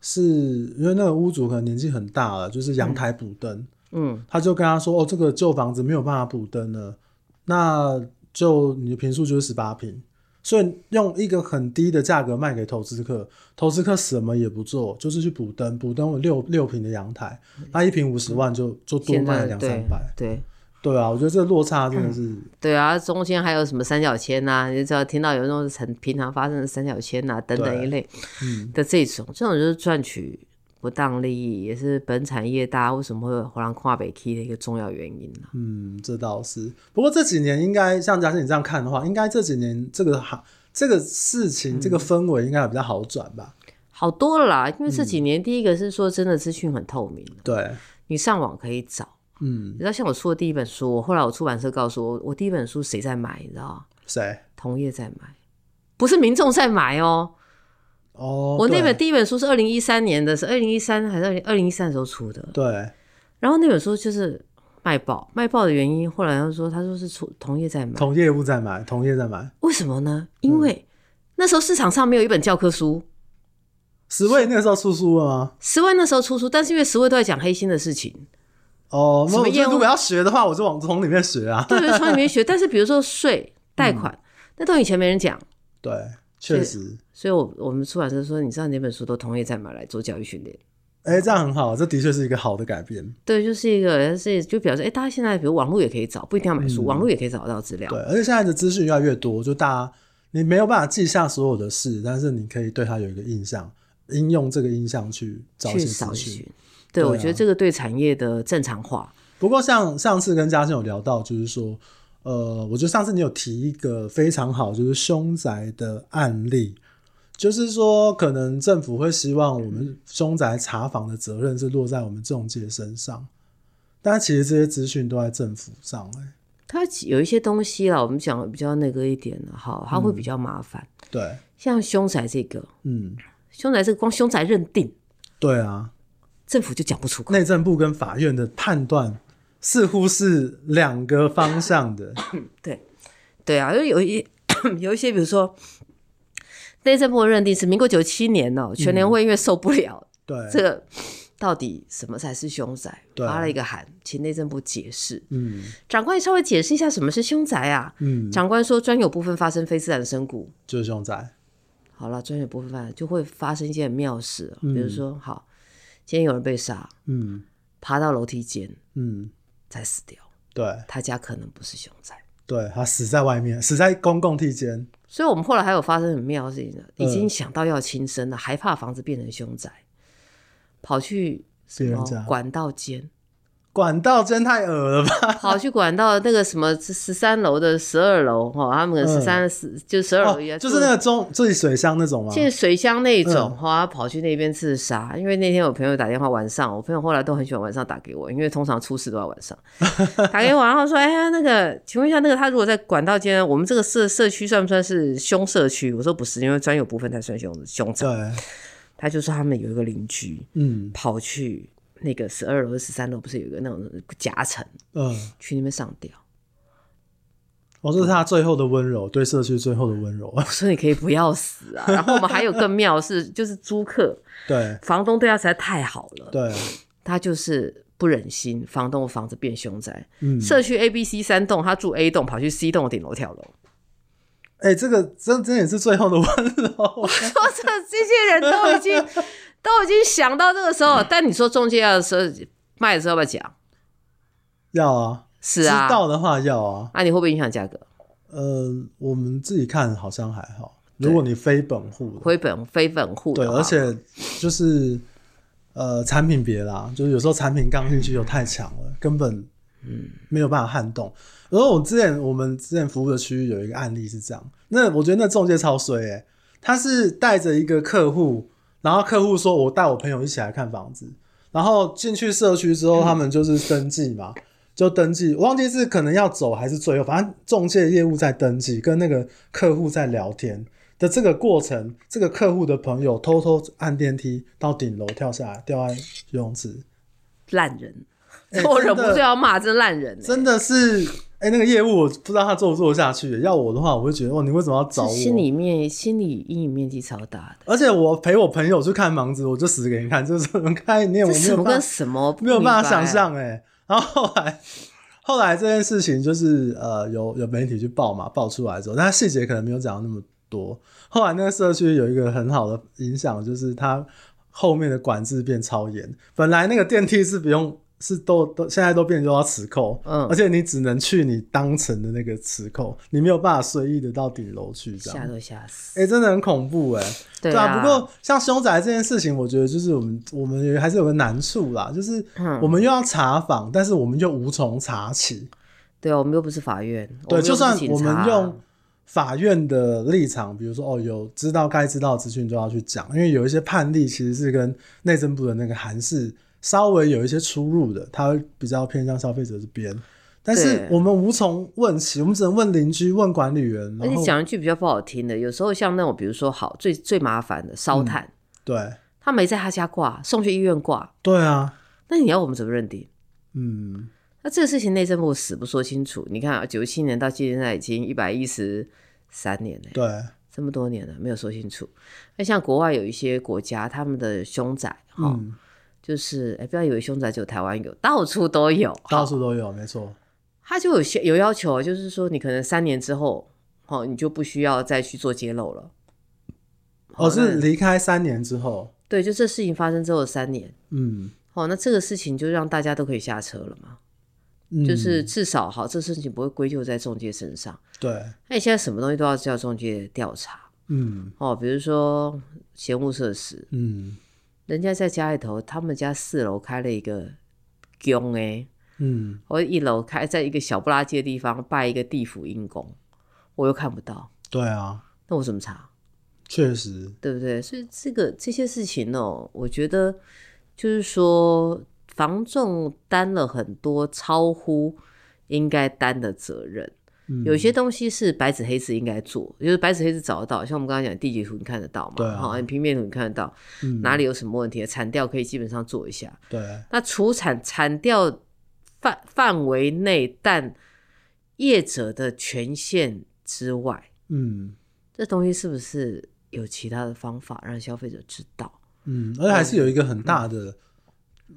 Speaker 1: 是因为那个屋主可能年纪很大了，就是阳台补灯，
Speaker 2: 嗯，
Speaker 1: 他就跟他说，哦，这个旧房子没有办法补灯了，那就你的平数就是十八平。所以用一个很低的价格卖给投资客，投资客什么也不做，就是去补灯，补灯我六六平的阳台，那一平五十万就就多
Speaker 2: 现
Speaker 1: 卖
Speaker 2: 在
Speaker 1: 了两三
Speaker 2: 对
Speaker 1: 百，
Speaker 2: 对
Speaker 1: 对啊，我觉得这个落差真的是，
Speaker 2: 对啊，中间还有什么三角签呐、你就知道听到有那种很平常发生的三角签呐、等等
Speaker 1: 对
Speaker 2: 一类
Speaker 1: 嗯，
Speaker 2: 的这种，这种就是赚取不当利益，也是本产业大家为什么会回廊跨北 K 的一个重要原因啦、
Speaker 1: 嗯，这倒是。不过这几年应该像嘉欣你这样看的话，应该这几年这个行这个事
Speaker 2: 嗯
Speaker 1: 情、这个氛围应该比较好转吧？
Speaker 2: 好多了啦，因为这几
Speaker 1: 嗯
Speaker 2: 年第一个是说真的资讯很透明，
Speaker 1: 对，
Speaker 2: 你上网可以找。
Speaker 1: 嗯
Speaker 2: 你，知道像我出的第一本书，我后来我出版社告诉我，我第一本书谁在买？你知道吗？
Speaker 1: 谁？
Speaker 2: 同业在买，不是民众在买哦。
Speaker 1: 哦，
Speaker 2: 我那
Speaker 1: 对
Speaker 2: 本第一本书是二零一三年的，是二零一三还是二零二零一三时候出的。
Speaker 1: 对，
Speaker 2: 然后那本书就是卖爆，卖爆的原因，后来他说他说是出同业在买，
Speaker 1: 同业务在买，同业在买，
Speaker 2: 为什么呢？因
Speaker 1: 嗯
Speaker 2: 为那时候市场上没有一本教科书，
Speaker 1: 十位那个时候出书了吗？
Speaker 2: 十位那时候出书，但是因为十位都在讲黑心的事情，
Speaker 1: 哦，
Speaker 2: 什
Speaker 1: 那
Speaker 2: 么
Speaker 1: 我觉
Speaker 2: 业
Speaker 1: 得
Speaker 2: 务
Speaker 1: 如果要学的话，我就往从里面学啊。
Speaker 2: 对对，从里 面学。但是比如说税、贷
Speaker 1: 嗯
Speaker 2: 款，那都以前没人讲。
Speaker 1: 对，确实，
Speaker 2: 所以我，我们出版社说，你知道哪本书都同业在买来做教育训练，
Speaker 1: 哎，这样很好，这的确是一个好的改变。
Speaker 2: 对，就是一个是就表示，哎，大家现在比如网络也可以找，不一定要买
Speaker 1: 嗯
Speaker 2: 书，网络也可以找到资料
Speaker 1: 对，。而且现在的资讯越来越多，就大家你没有办法记下所有的事，但是你可以对它有一个印象，应用这个印象去找一
Speaker 2: 去
Speaker 1: 些
Speaker 2: 找
Speaker 1: 资
Speaker 2: 一
Speaker 1: 讯
Speaker 2: 些。对，
Speaker 1: 对
Speaker 2: 我
Speaker 1: 啊
Speaker 2: 觉得这个对产业的正常化，
Speaker 1: 不过像上次跟嘉欣有聊到，就是说，呃，我觉得上次你有提一个非常好，就是凶宅的案例，就是说可能政府会希望我们凶宅查访的责任是落在我们中介身上，但其实这些资讯都在政府上、哎，
Speaker 2: 它有一些东西啦，我们讲的比较那个一点的，哈，它
Speaker 1: 嗯
Speaker 2: 会比较麻烦。
Speaker 1: 对，
Speaker 2: 像凶宅这个，
Speaker 1: 嗯，
Speaker 2: 凶宅这个光凶宅认定，
Speaker 1: 对啊，
Speaker 2: 政府就讲不出口。
Speaker 1: 内政部跟法院的判断似乎是两个方向的，
Speaker 2: 对，对啊，就有一 有一些，比如说内政部的认定是民国九七年哦，全
Speaker 1: 嗯
Speaker 2: 联会因为受不了、
Speaker 1: 对，
Speaker 2: 这个到底什么才是凶宅，
Speaker 1: 对啊
Speaker 2: 发了一个函，请内政部解释。
Speaker 1: 嗯
Speaker 2: 长官稍微解释一下什么是凶宅啊？
Speaker 1: 嗯，
Speaker 2: 长官说专有部分发生非自然身故。
Speaker 1: 就是凶宅，
Speaker 2: 好了，专有部分就会发生一件妙事哦，比如说，好，今天有人被杀，
Speaker 1: 嗯
Speaker 2: 爬到楼梯间
Speaker 1: 嗯，
Speaker 2: 才死掉，
Speaker 1: 对。
Speaker 2: 他家可能不是凶宅。
Speaker 1: 对他死在外面，死在公共地间。
Speaker 2: 所以我们后来还有发生很妙的事情呢，
Speaker 1: 嗯
Speaker 2: 已经想到要轻生了，还怕房子变成凶宅，跑去什
Speaker 1: 别
Speaker 2: 么
Speaker 1: 人家
Speaker 2: 管道间，
Speaker 1: 管道真太恶了吧？
Speaker 2: 跑去管道那个什么十三楼的十二楼哈，哦他们十三十就十二
Speaker 1: 嗯哦
Speaker 2: 楼一样，
Speaker 1: 就是那个中醉水箱那种吗？
Speaker 2: 进水箱那种
Speaker 1: 嗯
Speaker 2: 哈，他跑去那边自杀。因为那天我朋友打电话晚上，我朋友后来都很喜欢晚上打给我，因为通常出事都要晚上打给我，然后说：“哎呀，那个，请问一下，那个他如果在管道间，我们这个社社区算不算是凶社区？”我说：“不是，因为专有部分才算凶凶宅。
Speaker 1: 对，”
Speaker 2: 他就说他们有一个邻居
Speaker 1: 嗯
Speaker 2: 跑去那个十二楼、十三楼，不是有一个那种夹层，
Speaker 1: 嗯，
Speaker 2: 去那边上吊。
Speaker 1: 我说他最后的温柔，对社区最后的温柔。啊
Speaker 2: 我说：“你可以不要死啊！”然后我们还有更妙的是，就是租客
Speaker 1: 对
Speaker 2: 房东对他实在太好了。
Speaker 1: 对，
Speaker 2: 他就是不忍心房东的房子变凶宅，
Speaker 1: 嗯，
Speaker 2: 社区 A、B、C 三栋，他住 A 栋，跑去 C 栋的顶楼跳楼。
Speaker 1: 哎、这个真真也是最后的温柔。
Speaker 2: 说这这些人都已经都已经想到这个时候，但你说中介要的时候卖的时候要不要讲？
Speaker 1: 要啊，
Speaker 2: 是啊
Speaker 1: 知，道的话要啊。
Speaker 2: 啊，你会不会影响价格？
Speaker 1: 呃，我们自己看好像还好，
Speaker 2: 对
Speaker 1: 如果你非本户的，
Speaker 2: 回本非本户
Speaker 1: 对，
Speaker 2: 的话
Speaker 1: 而且就是呃，产品别啦，就是有时候产品刚进去就太强了，根本没有办法撼动。然后我之前我们之前服务的区域有一个案例是这样，那我觉得那中介超衰诶、欸他是带着一个客户，然后客户说我带我朋友一起来看房子，然后进去社区之后，他们就是登记嘛，就登记，我忘记是可能要走还是最后，反正中介业务在登记，跟那个客户在聊天的这个过程，这个客户的朋友偷偷按电梯到顶楼跳下来，掉在游泳池，
Speaker 2: 烂人，
Speaker 1: 哎
Speaker 2: 我忍不
Speaker 1: 真
Speaker 2: 住
Speaker 1: 的
Speaker 2: 要骂，真烂人、欸，
Speaker 1: 真的是。哎、那个业务我不知道他做不做得下去。要我的话，我会觉得哦，你为什么要找
Speaker 2: 是
Speaker 1: 我？
Speaker 2: 心里面心理阴影面积超大的，
Speaker 1: 而且我陪我朋友去看房子，我就死给你 看，这是什么概念？哎我
Speaker 2: 这
Speaker 1: 没
Speaker 2: 什
Speaker 1: 有
Speaker 2: 么
Speaker 1: 办
Speaker 2: 跟
Speaker 1: 法
Speaker 2: 什么不
Speaker 1: 没有办法
Speaker 2: 明白
Speaker 1: 想。
Speaker 2: 啊
Speaker 1: 象哎、然后后来后来这件事情就是呃有有媒体去报嘛，报出来之后，但它细节可能没有讲到那么多。后来那个社区有一个很好的影响，就是它后面的管制变超严，本来那个电梯是不用。是都都现在都变成都要磁扣，
Speaker 2: 嗯
Speaker 1: 而且你只能去你当层的那个磁扣，你没有办法随意的到顶楼去这
Speaker 2: 吓
Speaker 1: 样。
Speaker 2: 都吓死。
Speaker 1: 哎、真的很恐怖哎、
Speaker 2: 对
Speaker 1: 啊，不过像凶宅这件事情，我觉得就是我们我们也还是有个难处啦，就是
Speaker 2: 嗯
Speaker 1: 我们又要查访，但是我们又无从查起。
Speaker 2: 对啊，我们又不是法院，我
Speaker 1: 对，
Speaker 2: 们
Speaker 1: 就
Speaker 2: 又不是
Speaker 1: 算
Speaker 2: 警
Speaker 1: 我们
Speaker 2: 察
Speaker 1: 用法院的立场，比如说哦，有知道该知道的资讯就要去讲，因为有一些判例其实是跟内政部的那个函释稍微有一些出入的，它会比较偏向消费者这边。但是
Speaker 2: 对
Speaker 1: 我们无从问起，我们只能问邻居、问管理员，
Speaker 2: 而
Speaker 1: 然
Speaker 2: 且
Speaker 1: 后
Speaker 2: 讲一句比较不好听的，有时候像那种，比如说好最最麻烦的
Speaker 1: 嗯
Speaker 2: 烧炭，
Speaker 1: 对
Speaker 2: 他没在他家挂，送去医院挂，
Speaker 1: 对啊，
Speaker 2: 那你要我们怎么认定？
Speaker 1: 嗯，
Speaker 2: 那这个事情内政部死不说清楚。你看啊，九七年到现在已经一百一十三年了，
Speaker 1: 对，
Speaker 2: 这么多年了没有说清楚。那像国外有一些国家，他们的凶宅哈、
Speaker 1: 嗯，
Speaker 2: 就是哎，不要以为凶宅只有台湾有，到处都有，
Speaker 1: 到处都有，没错。
Speaker 2: 他就有些有要求，啊就是说你可能三年之后，哦，你就不需要再去做揭露了。
Speaker 1: 哦，是
Speaker 2: 那
Speaker 1: 离开三年之后，
Speaker 2: 对，就这事情发生之后三年，
Speaker 1: 嗯，
Speaker 2: 哦，那这个事情就让大家都可以下车了嘛，
Speaker 1: 嗯
Speaker 2: 就是至少好，这事情不会归咎在中介身上。
Speaker 1: 对，
Speaker 2: 那你现在什么东西都要叫中介调查
Speaker 1: 嗯
Speaker 2: 哦，比如说闲物设施，
Speaker 1: 嗯
Speaker 2: 人家在家里头，他们家四楼开了一个宫哎，
Speaker 1: 嗯，
Speaker 2: 或者一楼开在一个小不拉几的地方拜一个地府阴公，我又看不到，
Speaker 1: 对啊，
Speaker 2: 那我怎么查？
Speaker 1: 确实，
Speaker 2: 对不对？所以这个这些事情哦，我觉得就是说，房仲担了很多超乎应该担的责任。
Speaker 1: 嗯
Speaker 2: 有些东西是白纸黑字应该做，就是白纸黑字找得到，像我们刚刚讲地籍图你看得到嘛，
Speaker 1: 对啊
Speaker 2: 好、你平面图你看得到，
Speaker 1: 嗯
Speaker 2: 哪里有什么问题，铲掉可以基本上做一下。
Speaker 1: 对，
Speaker 2: 那除产铲掉范范围内，但业者的权限之外，
Speaker 1: 嗯
Speaker 2: 这东西是不是有其他的方法让消费者知道？
Speaker 1: 嗯，而且还是有一个很大的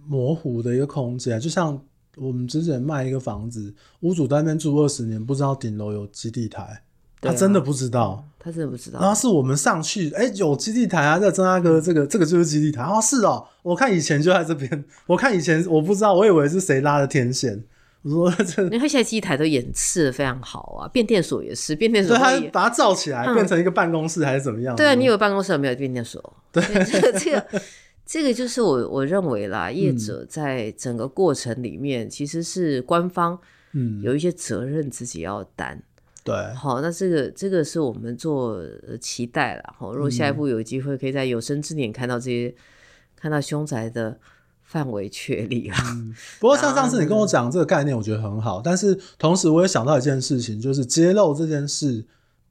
Speaker 1: 模糊的一个空间，就像我们之前卖一个房子，屋主在那边住二十年，不知道顶楼有基地台，
Speaker 2: 对
Speaker 1: 他
Speaker 2: 啊
Speaker 1: 真的不知道。
Speaker 2: 他真的不知
Speaker 1: 然后
Speaker 2: 道。
Speaker 1: 是我们上去，哎、有基地台啊，在曾大哥这个这个就是基地台哦，是哦，我看以前就在这边，我看以前我不知道，我以为是谁拉的天线，我说这，
Speaker 2: 你看现在机台都演示的非常好啊，变电所也是，变电所
Speaker 1: 所以他
Speaker 2: 会演
Speaker 1: 把它造起来，
Speaker 2: 嗯
Speaker 1: 变成一个办公室还是怎么样？
Speaker 2: 对啊，你有办公室有没有变电所？对，这个这个这个就是我我认为啦，业者在整个过程里面其实是官方
Speaker 1: 嗯，
Speaker 2: 有一些责任自己要担。
Speaker 1: 对，
Speaker 2: 好，那这个这个是我们做呃期待了。好，如果下一
Speaker 1: 嗯
Speaker 2: 步有机会可以在有生之年看到这些，看到凶宅的范围确立了。
Speaker 1: 不过像
Speaker 2: 啊
Speaker 1: 上次你跟我讲这个概念，我觉得很好，但是同时我也想到一件事情，就是揭露这件事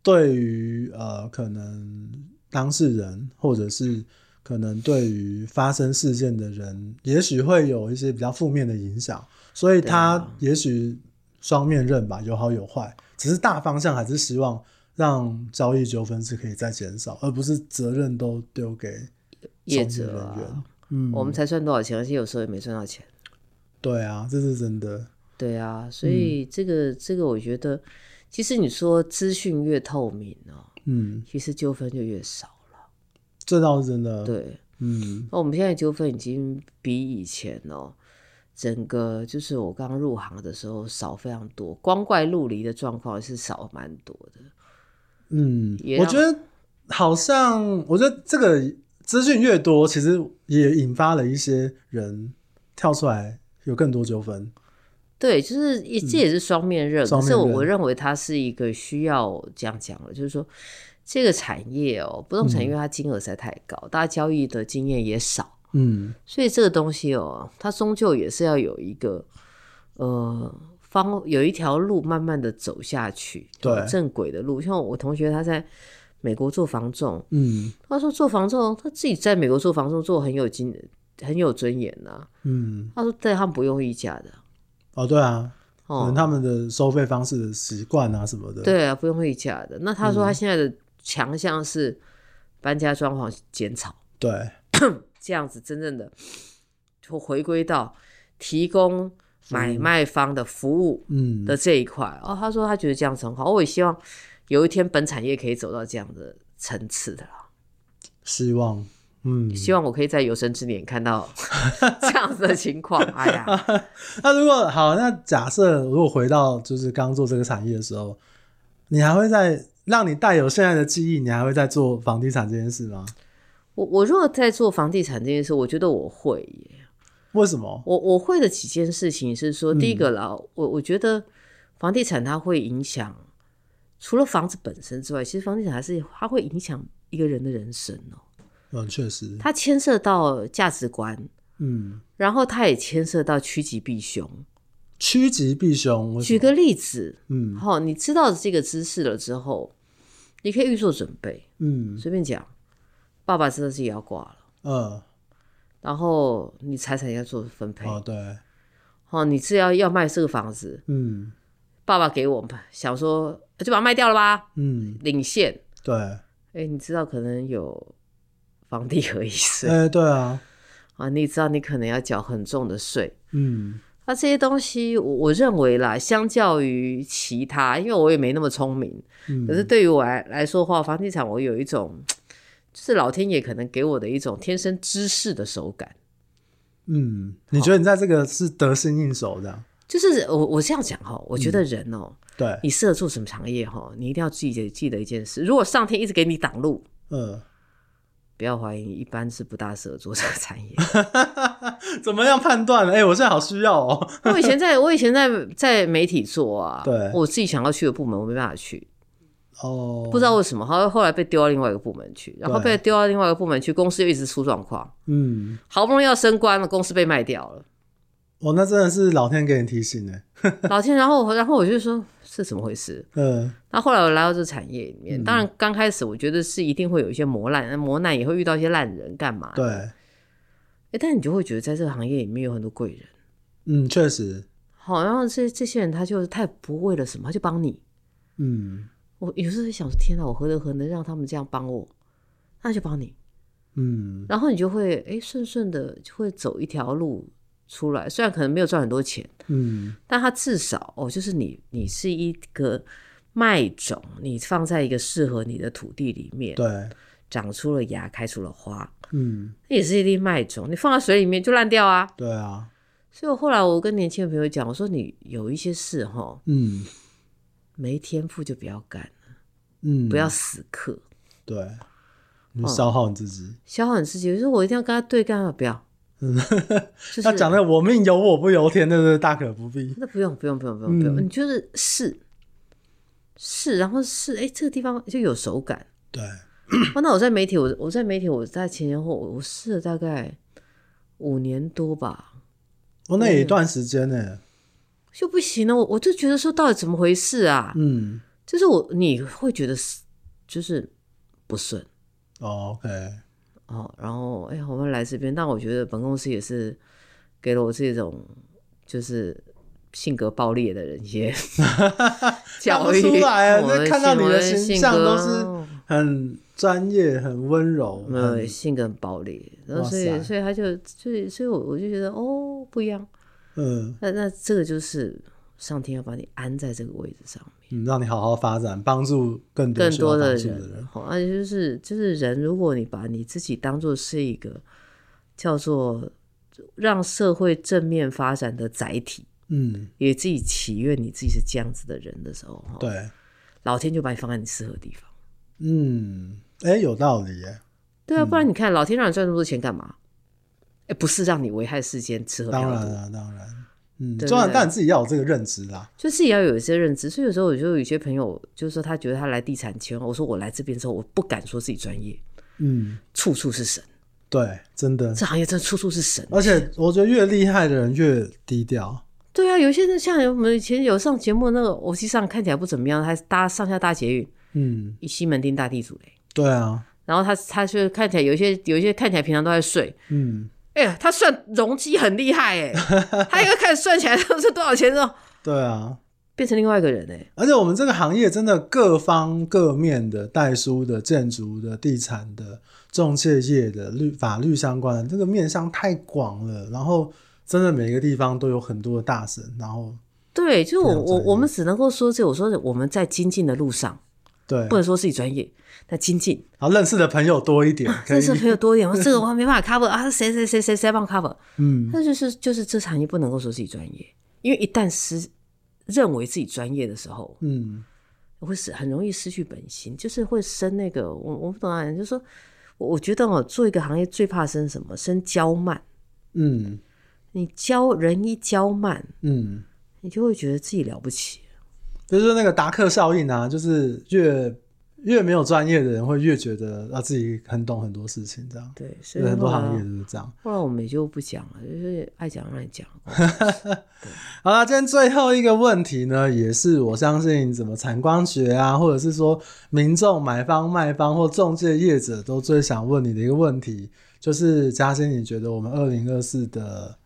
Speaker 1: 对于呃可能当事人或者是可能对于发生事件的人，也许会有一些比较负面的影响，所以他
Speaker 2: 啊
Speaker 1: 也许双面刃吧，有好有坏，只是大方向还是希望让交易纠纷是可以再减少，而不是责任都丢给从
Speaker 2: 业
Speaker 1: 业
Speaker 2: 者
Speaker 1: 人员
Speaker 2: 啊，
Speaker 1: 嗯，
Speaker 2: 我们才赚多少钱，而且有时候也没赚到钱。
Speaker 1: 对啊，这是真的，
Speaker 2: 对啊，
Speaker 1: 嗯
Speaker 2: 所以这个、这个，我觉得，其实你说资讯越透明哦，
Speaker 1: 嗯，
Speaker 2: 其实纠纷就越少了。
Speaker 1: 这倒是真的，
Speaker 2: 对，
Speaker 1: 嗯
Speaker 2: 那我们现在纠纷已经比以前哦，整个就是我刚入行的时候少非常多，光怪陆离的状况是少蛮多的。
Speaker 1: 嗯
Speaker 2: 也，
Speaker 1: 我
Speaker 2: 让
Speaker 1: 觉得好像，我觉得这个资讯越多，其实也引发了一些人跳出来有更多纠纷。
Speaker 2: 对，就是也这也是双面刃，
Speaker 1: 嗯双
Speaker 2: 可
Speaker 1: 面
Speaker 2: 是我
Speaker 1: 刃
Speaker 2: 我认为它是一个需要这样讲了，就是说这个产业哦，不动产因为它金额实在太高，大家交易的经验也少，
Speaker 1: 嗯
Speaker 2: 所以这个东西哦，它终究也是要有一个呃方，有一条路慢慢的走下去，
Speaker 1: 对
Speaker 2: 正轨的路。像我同学他在美国做房仲，
Speaker 1: 嗯
Speaker 2: 他说做房仲，他自己在美国做房仲做很有经很有尊严呐、
Speaker 1: 嗯，
Speaker 2: 他说对他们不用议价的
Speaker 1: 哦，对啊，可
Speaker 2: 哦
Speaker 1: 能，他们的收费方式的习惯啊什么的，，
Speaker 2: 对啊，不用议价的。那他说他现在的强项是搬家、装潢、剪草。
Speaker 1: 对，
Speaker 2: 这样子真正的就回归到提供买卖方的服务
Speaker 1: 嗯，
Speaker 2: 的这一块。哦，他说他觉得这样子很好，我也希望有一天本产业可以走到这样的层次的啦。
Speaker 1: 希望，嗯，
Speaker 2: 希望我可以在有生之年 看到这样子的情况。哎呀，
Speaker 1: 那如果好，那假设如果回到就是刚做这个产业的时候，你还会在让你带有现在的记忆，你还会在做房地产这件事吗？
Speaker 2: 我我如果在做房地产这件事，我觉得我会耶。
Speaker 1: 为什么？
Speaker 2: 我我会的几件事情是
Speaker 1: 嗯
Speaker 2: 说，第一个啦，我我觉得房地产它会影响，除了房子本身之外，其实房地产还是它会影响一个人的人生哦、
Speaker 1: 嗯，确实，
Speaker 2: 它牵涉到价值观，
Speaker 1: 嗯，
Speaker 2: 然后它也牵涉到趋吉避凶。
Speaker 1: 趋吉避凶。为什
Speaker 2: 举
Speaker 1: 么，
Speaker 2: 个例子，
Speaker 1: 嗯
Speaker 2: 好、你知道这个知识了之后，你可以预做准备。
Speaker 1: 嗯
Speaker 2: 随便讲，爸爸知道自己要挂了，
Speaker 1: 呃，
Speaker 2: 然后你财产要做分配。
Speaker 1: 哦对，
Speaker 2: 哦，你是要要卖这个房子，
Speaker 1: 嗯
Speaker 2: 爸爸给我们想说就把它卖掉了吧，
Speaker 1: 嗯
Speaker 2: 领现。
Speaker 1: 对，
Speaker 2: 哎，你知道可能有房地合一税、
Speaker 1: 哎对啊，
Speaker 2: 啊，你知道你可能要缴很重的税。
Speaker 1: 嗯
Speaker 2: 那这些东西我，我认为啦，相较于其他，因为我也没那么聪明，
Speaker 1: 嗯，
Speaker 2: 可是对于我来来说的话，房地产我有一种，就是老天爷可能给我的一种天生知识的手感。
Speaker 1: 嗯，你觉得你在这个是得心应手这样？
Speaker 2: 就是我我这样讲哈，我觉
Speaker 1: 嗯
Speaker 2: 得人哦、
Speaker 1: 对，
Speaker 2: 你适合做什么行业哈，你一定要记得记得一件事，如果上天一直给你挡路，
Speaker 1: 呃，
Speaker 2: 不要怀疑，一般是不大适合做这个产业。
Speaker 1: 怎么样判断？哎，我现在好需要哦。
Speaker 2: 我以前在我以前在在媒体做啊，
Speaker 1: 对
Speaker 2: 我自己想要去的部门我没办法去，
Speaker 1: 哦，
Speaker 2: 不知道为什么，后来后来被丢到另外一个部门去，然后
Speaker 1: 对
Speaker 2: 被丢到另外一个部门去，公司又一直出状况，
Speaker 1: 嗯，
Speaker 2: 好不容易要升官了，公司被卖掉了，
Speaker 1: 哦，那真的是老天给你提醒欸呢。
Speaker 2: 老天，然后然后我就说是怎么回事？
Speaker 1: 嗯，
Speaker 2: 那后来我来到这个产业里面，当然刚开始我觉得是一定会有一些磨难，那磨难也会遇到一些烂人，干嘛？
Speaker 1: 对，
Speaker 2: 诶但你就会觉得在这个行业里面有很多贵人，
Speaker 1: 嗯，确实，
Speaker 2: 好，然后这这些人他就是他也不为了什么，他就帮你。
Speaker 1: 嗯
Speaker 2: 我有时候想说，天哪，我何德何能让他们这样帮我？那就帮你，
Speaker 1: 嗯
Speaker 2: 然后你就会哎顺顺的就会走一条路出来，虽然可能没有赚很多钱，
Speaker 1: 嗯
Speaker 2: 但它至少哦，就是你你是一个麦种，你放在一个适合你的土地里面，
Speaker 1: 对，
Speaker 2: 长出了芽，开出了花，
Speaker 1: 嗯
Speaker 2: 那也是一粒麦种，你放在水里面就烂掉啊。
Speaker 1: 对啊，
Speaker 2: 所以我后来我跟年轻的朋友讲，我说你有一些事哈，
Speaker 1: 嗯
Speaker 2: 没天赋就不要干，
Speaker 1: 嗯，
Speaker 2: 不要嗯死磕，
Speaker 1: 对，你就消耗你自己。
Speaker 2: 消耗你自己。我说我一定要跟他对干嘛？啊不 要，就是
Speaker 1: 他讲的“我命由我不由天”，那是大可不必。
Speaker 2: 那不用不用不用不用不用，
Speaker 1: 嗯
Speaker 2: 你就是试试，然后试，哎，这个地方就有手感。
Speaker 1: 对，
Speaker 2: 哦，那我在媒体，我我在媒体，我在前前后后我试了大概五年多吧，
Speaker 1: 哦，那也一段时间呢。
Speaker 2: 就不行了。我我就觉得说，到底怎么回事啊？
Speaker 1: 嗯
Speaker 2: 就是我你会觉得是就是不顺
Speaker 1: 哦，OK，
Speaker 2: 哦，然后哎，我们来这边，但我觉得本公司也是给了我这种就是。性格暴烈的人 一些教育，
Speaker 1: 看不出来啊
Speaker 2: 我
Speaker 1: 这看到你的
Speaker 2: 我
Speaker 1: 形
Speaker 2: 性
Speaker 1: 象
Speaker 2: 格
Speaker 1: 都是很专业，很温柔。
Speaker 2: 没有
Speaker 1: 很
Speaker 2: 性格很暴烈，然后
Speaker 1: 嗯哇
Speaker 2: 所以
Speaker 1: 塞
Speaker 2: 所以他就所以所以我我就觉得哦不一样，
Speaker 1: 嗯
Speaker 2: 那那这个就是上天要把你安在这个位置上面，
Speaker 1: 嗯，让你好好发展，帮助更多
Speaker 2: 更
Speaker 1: 需要
Speaker 2: 多的
Speaker 1: 帮助的
Speaker 2: 人，好，而且就是就是人，如果你把你自己当做是一个叫做让社会正面发展的载体，
Speaker 1: 嗯，
Speaker 2: 也自己祈愿你自己是这样子的人的时候，哈，
Speaker 1: 对，
Speaker 2: 老天就把你放在你适合的地方，
Speaker 1: 嗯，哎，有道理耶。
Speaker 2: 对
Speaker 1: 嗯
Speaker 2: 啊，不然你看老天让你赚那么多钱干嘛？哎，不是让你危害世间，吃喝
Speaker 1: 当
Speaker 2: 嫖
Speaker 1: 然
Speaker 2: 赌。
Speaker 1: 啦，当然，嗯，
Speaker 2: 对
Speaker 1: 当然，
Speaker 2: 对
Speaker 1: 但你自己要有这个认知啦。
Speaker 2: 就自己要有一些认知，所以有时候我就有一些朋友，就是说他觉得他来地产圈，我说我来这边之后，我不敢说自己专业，
Speaker 1: 嗯，
Speaker 2: 处处是神，
Speaker 1: 对，真的。
Speaker 2: 这行业真的处处是神。
Speaker 1: 而且我觉得越厉害的人越低调，
Speaker 2: 对啊，有些人像我们以前有上节目那个偶机上看起来不怎么样，他搭上下大捷运，
Speaker 1: 嗯，
Speaker 2: 以西门町大地主嘞。
Speaker 1: 对啊，
Speaker 2: 然后他他就看起来有一些有一些看起来平常都在睡，
Speaker 1: 嗯，
Speaker 2: 哎、呀，他算容积很厉 害哎、他一个开始算起来都是多少钱之后，
Speaker 1: 对啊。
Speaker 2: 变成另外一个人哎、
Speaker 1: 而且我们这个行业真的各方各面的，代书的、建筑的、地产的、中介业的、律法律相关的，这个面向太广了。然后真的每个地方都有很多的大神，然后
Speaker 2: 对，就是
Speaker 1: 非
Speaker 2: 我
Speaker 1: 常
Speaker 2: 我
Speaker 1: 专业
Speaker 2: 我们只能够说这，我说我们在精进的路上，
Speaker 1: 对，
Speaker 2: 不能说自己专业，那精进
Speaker 1: 然后认识的朋友多一点，可
Speaker 2: 认
Speaker 1: 以，
Speaker 2: 识的朋友多一点，我这个我还没办法 cover 啊，谁谁谁谁谁帮我 cover，
Speaker 1: 嗯，
Speaker 2: 那就是就是这产业不能够说自己专业，因为一旦失认为自己专业的时候，
Speaker 1: 嗯，
Speaker 2: 会失很容易失去本心，就是会生那个我我不懂啊，就是说我我觉得哦，做一个行业最怕生什么？生骄慢。
Speaker 1: 嗯，
Speaker 2: 你骄人一骄慢，
Speaker 1: 嗯，
Speaker 2: 你就会觉得自己了不起。
Speaker 1: 就是那个达克效应啊，就是越越没有专业的人会越觉得啊自己很懂很多事情，这样，
Speaker 2: 对，所
Speaker 1: 对
Speaker 2: 以
Speaker 1: 很多
Speaker 2: 后来
Speaker 1: 行业都是这样。
Speaker 2: 后来我们也就不讲了，就是爱讲让你讲。
Speaker 1: 好啦，今天最后一个问题呢，也是我相信怎么产官学啊，或者是说民众、买方、卖方或中介业者都最想问你的一个问题，就是嘉欣，你觉得我们二零二四的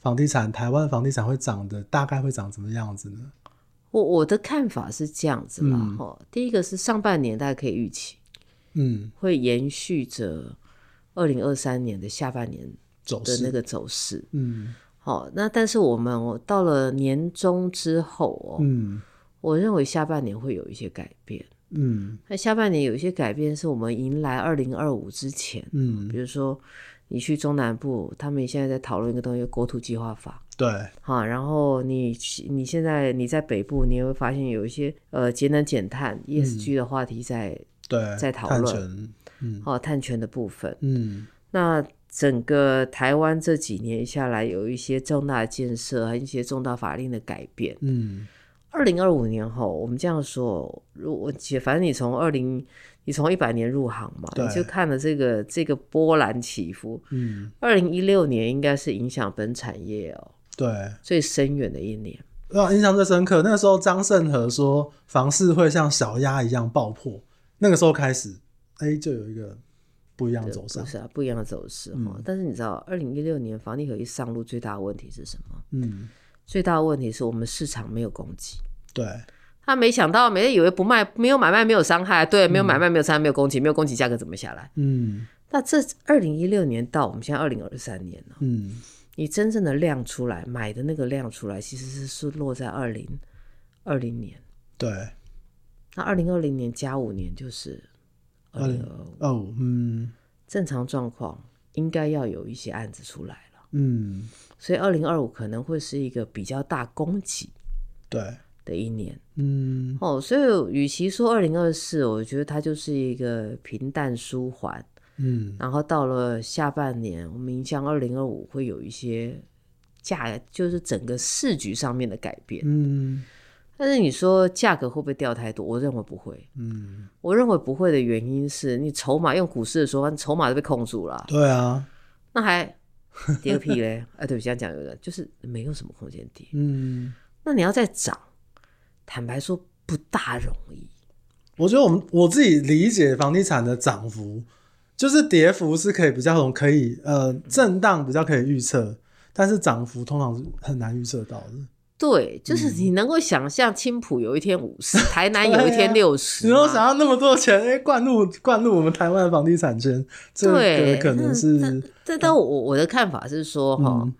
Speaker 1: 房地产，台湾房地产会涨的大概会长什么样子呢？
Speaker 2: 我我的看法是这样子啦，
Speaker 1: 嗯
Speaker 2: 哈、第一个是上半年大家可以预期
Speaker 1: 嗯，
Speaker 2: 会延续着二零二三年的下半年
Speaker 1: 走
Speaker 2: 的
Speaker 1: 势，
Speaker 2: 那个走势。
Speaker 1: 嗯
Speaker 2: 好、那但是我们我到了年中之后哦，
Speaker 1: 嗯
Speaker 2: 我认为下半年会有一些改变。
Speaker 1: 嗯
Speaker 2: 那下半年有一些改变是我们迎来二零二五之前，
Speaker 1: 嗯，
Speaker 2: 比如说你去中南部，他们现在在讨论一个东西——国土计划法。
Speaker 1: 对，
Speaker 2: 哈，然后你去你现在你在北部，你也会发现有一些呃节能减碳 ESG 的话题在
Speaker 1: 对，
Speaker 2: 在讨论
Speaker 1: 碳权，嗯
Speaker 2: 哦碳权的部分。
Speaker 1: 嗯
Speaker 2: 那整个台湾这几年下来，有一些重大建设和一些重大法令的改变。
Speaker 1: 嗯
Speaker 2: 二零二五年后，我们这样说，如我姐，反正你从二零，你从一百年入行嘛，
Speaker 1: 对
Speaker 2: 你就看了这个这个波澜起伏。
Speaker 1: 嗯，
Speaker 2: 二零一六年应该是影响本产业哦
Speaker 1: 对。
Speaker 2: 最深远的一年。
Speaker 1: 让我印象最深刻，那个时候张盛和说房市会像小鸭一样爆破，那个时候开始，哎、就有一个不一样的走
Speaker 2: 不
Speaker 1: 向。
Speaker 2: 是啊，嗯不一样的走势哈、但是你知道，二零一六年房地合一上路最大的问题是什么？
Speaker 1: 嗯，
Speaker 2: 最大的问题是我们市场没有供给。
Speaker 1: 对，
Speaker 2: 他没想到，每人以为不卖，没有买卖，没有伤害，对，没有买卖，没有伤害，没有供给，没有供给，价格怎么下来？
Speaker 1: 嗯
Speaker 2: 那这二零一六年到我们现在二零二三年了，
Speaker 1: 嗯，
Speaker 2: 你真正的量出来，买的那个量出来，其实是是落在二零二零年。
Speaker 1: 对，
Speaker 2: 那二零二零年加五年就是二零二五，
Speaker 1: 哦，嗯
Speaker 2: 正常状况应该要有一些案子出来了，
Speaker 1: 嗯，
Speaker 2: 所以二零二五可能会是一个比较大供给
Speaker 1: 对，
Speaker 2: 的一年
Speaker 1: 嗯
Speaker 2: 哦。所以，与其说二零二四，我觉得它就是一个平淡舒缓，
Speaker 1: 嗯
Speaker 2: 然后到了下半年，我们迎向二零二五会有一些价，就是整个市局上面的改变。
Speaker 1: 嗯
Speaker 2: 但是你说价格会不会掉太多？我认为不会。
Speaker 1: 嗯，
Speaker 2: 我认为不会的原因是你筹码用股市的说法，你筹码都被控住了啊，
Speaker 1: 对啊，
Speaker 2: 那 还跌个屁嘞！哎，对不起，这样讲有点就是没有什么空间跌。
Speaker 1: 嗯，
Speaker 2: 那你要再涨，坦白说不大容易。
Speaker 1: 我觉得我们我自己理解房地产的涨幅，就是跌幅是可以比较容可以呃震荡比较可以预测，但是涨幅通常是很难预测到的。
Speaker 2: 对，就是你能够想象青浦有一天五 十，台南有一
Speaker 1: 嗯对啊
Speaker 2: 天六十、
Speaker 1: 你要想要那么多钱，哎、 灌入灌入我们台湾的房地产圈，这
Speaker 2: 对
Speaker 1: 个，可能
Speaker 2: 但
Speaker 1: 是，哦
Speaker 2: 但但我我的看法是说哈、
Speaker 1: 嗯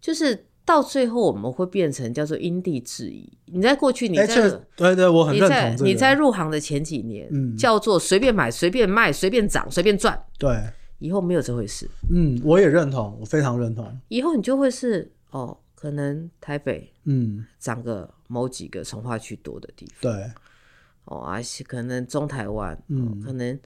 Speaker 2: 就是到最后我们会变成叫做因地制宜。你在过去你在、
Speaker 1: 哎，确对对，我很
Speaker 2: 你
Speaker 1: 认
Speaker 2: 在
Speaker 1: 同这个，
Speaker 2: 你在入行的前几年，
Speaker 1: 嗯
Speaker 2: 叫做随便买、随便卖、随便涨、随便赚，
Speaker 1: 对，
Speaker 2: 以后没有这回事。
Speaker 1: 嗯，我也认同，我非常认同，
Speaker 2: 以后你就会是哦，可能台北
Speaker 1: 嗯，
Speaker 2: 涨个某几个从化区多的地方，
Speaker 1: 对，
Speaker 2: 哦，而且可能中台湾，哦
Speaker 1: 嗯
Speaker 2: 可能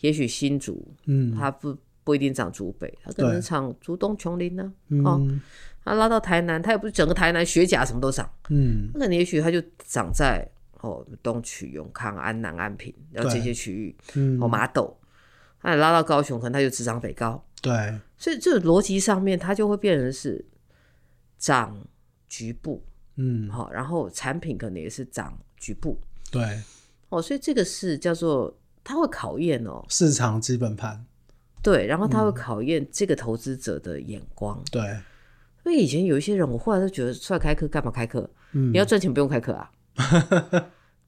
Speaker 2: 也许新竹，
Speaker 1: 嗯
Speaker 2: 它不不一定涨竹北，它可
Speaker 1: 对
Speaker 2: 能涨竹东、琼林呢、哦
Speaker 1: 嗯
Speaker 2: 它拉到台南，它也不是整个台南学甲什么都涨，
Speaker 1: 嗯
Speaker 2: 那可能也许它就涨在哦东区、永康、安南、安平，然后这
Speaker 1: 对
Speaker 2: 些区域，
Speaker 1: 嗯，
Speaker 2: 哦麻豆，那你拉到高雄，可能他就只长北高，
Speaker 1: 对，
Speaker 2: 所以这个逻辑上面，它就会变成是长局部，
Speaker 1: 嗯，
Speaker 2: 好，然后产品可能也是长局部，
Speaker 1: 对，
Speaker 2: 哦，所以这个是叫做它会考验哦，
Speaker 1: 市场基本盘，
Speaker 2: 对，然后它会
Speaker 1: 嗯
Speaker 2: 考验这个投资者的眼光。
Speaker 1: 对，
Speaker 2: 因为以前有一些人，我后来都觉得出来开课干嘛开课？
Speaker 1: 嗯，
Speaker 2: 你要赚钱不用开课啊，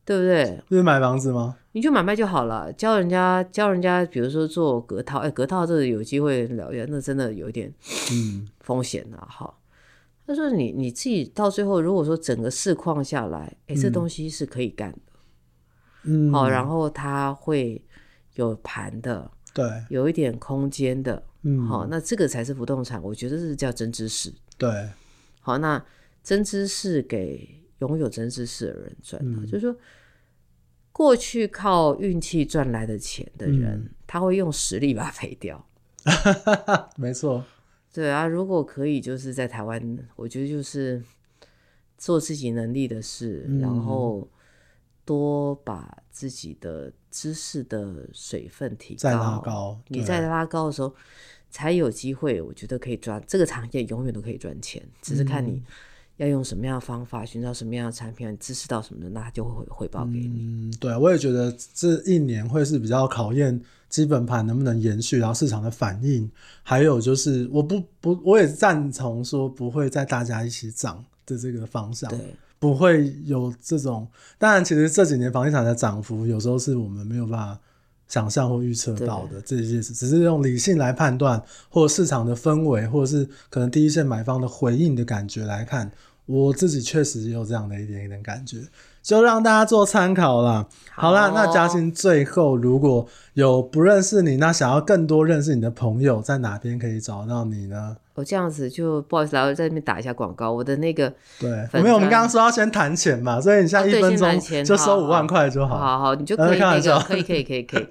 Speaker 2: 对不对？
Speaker 1: 就是买房子吗？
Speaker 2: 你就买卖就好了，教人家教人家，比如说做隔套，哎，隔套这个有机会聊一下，那真的有一点
Speaker 1: 嗯，
Speaker 2: 风险啊，哈。他说你你自己到最后，如果说整个市况下来，哎，这东西是可以干的，
Speaker 1: 嗯，
Speaker 2: 好、然后它会有盘的，
Speaker 1: 对，
Speaker 2: 有一点空间的，
Speaker 1: 嗯，
Speaker 2: 好、那这个才是不动产，我觉得这是叫真知识。
Speaker 1: 对，
Speaker 2: 好，那真知识给拥有真知识的人赚的，
Speaker 1: 嗯
Speaker 2: 就是说，过去靠运气赚来的钱的人，
Speaker 1: 嗯
Speaker 2: 他会用实力把它赔掉。
Speaker 1: 没错，
Speaker 2: 对啊，如果可以，就是在台湾，我觉得就是做自己能力的事，
Speaker 1: 嗯
Speaker 2: 然后多把自己的知识的水分提
Speaker 1: 再拉高，
Speaker 2: 你
Speaker 1: 对
Speaker 2: 在拉高的时候，才有机会，我觉得可以赚这个产业永远都可以赚钱，只是看
Speaker 1: 嗯
Speaker 2: 你要用什么样的方法，寻找什么样的产品，啊知识到什么的，那它就会回回报给你。
Speaker 1: 嗯，对，我也觉得这一年会是比较考验基本盘能不能延续，然后市场的反应，还有就是我不不，我也赞同说不会再大家一起涨的这个方向，
Speaker 2: 对，
Speaker 1: 不会有这种。当然，其实这几年房地产的涨幅有时候是我们没有办法想象或预测到的，这些是只是用理性来判断，或市场的氛围，或者是可能第一线买方的回应的感觉来看，我自己确实也有这样的一点一点感觉，就让大家做参考啦。好啦，
Speaker 2: 好
Speaker 1: 那嘉欣最后如果有不认识你，那想要更多认识你的朋友，在哪边可以找到你呢？
Speaker 2: 我这样子就不好意思啦，我在那边打一下广告，我的 那个。
Speaker 1: 对，
Speaker 2: 粉
Speaker 1: 没有，我们
Speaker 2: 专
Speaker 1: 刚刚说要先谈钱嘛，所以你现在
Speaker 2: 哦对
Speaker 1: 一分
Speaker 2: 先
Speaker 1: 钟
Speaker 2: 谈钱
Speaker 1: 就
Speaker 2: 好
Speaker 1: 收五
Speaker 2: 好
Speaker 1: 万块就
Speaker 2: 好好，你就
Speaker 1: 呃
Speaker 2: 可以
Speaker 1: 开玩
Speaker 2: 那
Speaker 1: 笑
Speaker 2: 个，可以可以可以 可以，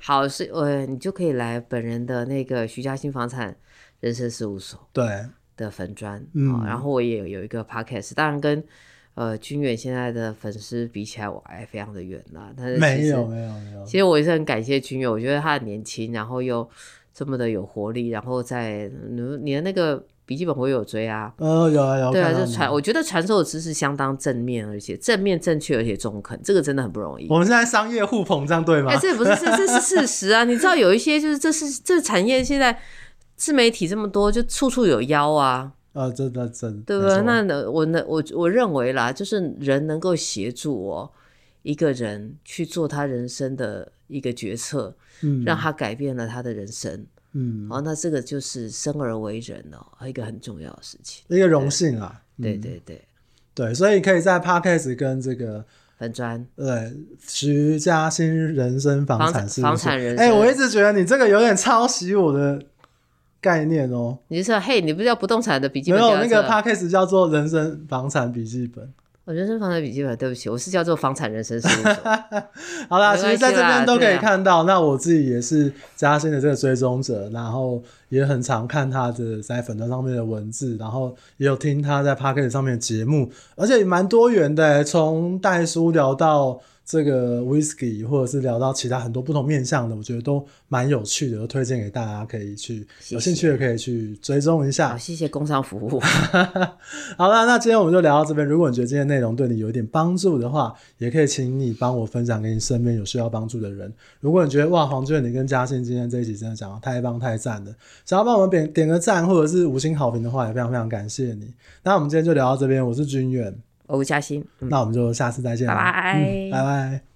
Speaker 2: 好是呃，你就可以来本人的那个徐家新房产人生事务所
Speaker 1: 对，
Speaker 2: 的粉砖，
Speaker 1: 嗯
Speaker 2: 好然后我也有一个 podcast，当然跟呃君远现在的粉丝比起来，我还非常的远啦，但是其
Speaker 1: 没
Speaker 2: 实
Speaker 1: 有，没有没有，
Speaker 2: 其实我也是很感谢君远，我觉得他很年轻，然后又这么的有活力，然后在你你的那个笔记本我也有追啊。
Speaker 1: 呃，有啊有，
Speaker 2: 对啊，
Speaker 1: 看到
Speaker 2: 就
Speaker 1: 你
Speaker 2: 传，我觉得传授的知识相当正面，而且正面、正确，而且中肯，这个真的很不容易。
Speaker 1: 我们现在商业互捧，这样对吗
Speaker 2: 哎、？这也不是这这是事实啊！你知道有一些就是这是这产业现在自媒体这么多，就处处有妖啊，
Speaker 1: 呃，真的真的，
Speaker 2: 对不
Speaker 1: 没
Speaker 2: 对？
Speaker 1: 错
Speaker 2: 那呢我呢我我认为啦，就是人能够协助哦一个人去做他人生的一个决策，
Speaker 1: 嗯
Speaker 2: 让他改变了他的人生。
Speaker 1: 嗯，
Speaker 2: 哦，那这个就是生而为人哦，一个很重要的事情。
Speaker 1: 一个荣幸啦，
Speaker 2: 对对对，
Speaker 1: 对，所以可以在 podcast 跟这个
Speaker 2: 粉砖
Speaker 1: 呃徐嘉欣人生房产事务所
Speaker 2: 房产人生
Speaker 1: 哎，我一直觉得你这个有点抄袭我的概念哦，
Speaker 2: 你就说嘿，你不是要不动产的笔记
Speaker 1: 没
Speaker 2: 本？
Speaker 1: 有那个
Speaker 2: 叫做
Speaker 1: podcast 叫做人生房产笔记本。
Speaker 2: 我人生房产笔记本，对不起，我是叫做房产人生事务所。
Speaker 1: 好啦，
Speaker 2: 没
Speaker 1: 其
Speaker 2: 关
Speaker 1: 实
Speaker 2: 系
Speaker 1: 在这边
Speaker 2: 啦
Speaker 1: 都可
Speaker 2: 对
Speaker 1: 以
Speaker 2: 啊
Speaker 1: 看到。那我自己也是嘉欣的这个追踪者，然后也很常看他的在粉砖上面的文字，然后也有听他在 p a c k e t 上面的节目，而且也蛮多元的欸，从带书聊到这个 whisky，或者是聊到其他很多不同面向的，我觉得都蛮有趣的，都推荐给大家可以去
Speaker 2: 谢
Speaker 1: 有兴趣的可以去追踪一下
Speaker 2: 好，。谢谢工商服务。
Speaker 1: 好了，那今天我们就聊到这边。如果你觉得今天内容对你有一点帮助的话，也可以请你帮我分享给你身边有需要帮助的人。如果你觉得哇，黄娟你跟嘉欣今天这一集真的讲的太棒太赞了，想要帮我们点点个赞或者是五星好评的话，也非常非常感谢你。那我们今天就聊到这边，我是君远，
Speaker 2: 我吴嘉欣，嗯，
Speaker 1: 那我们就下次再见
Speaker 2: 拜
Speaker 1: 啦，
Speaker 2: 拜。
Speaker 1: 嗯拜拜。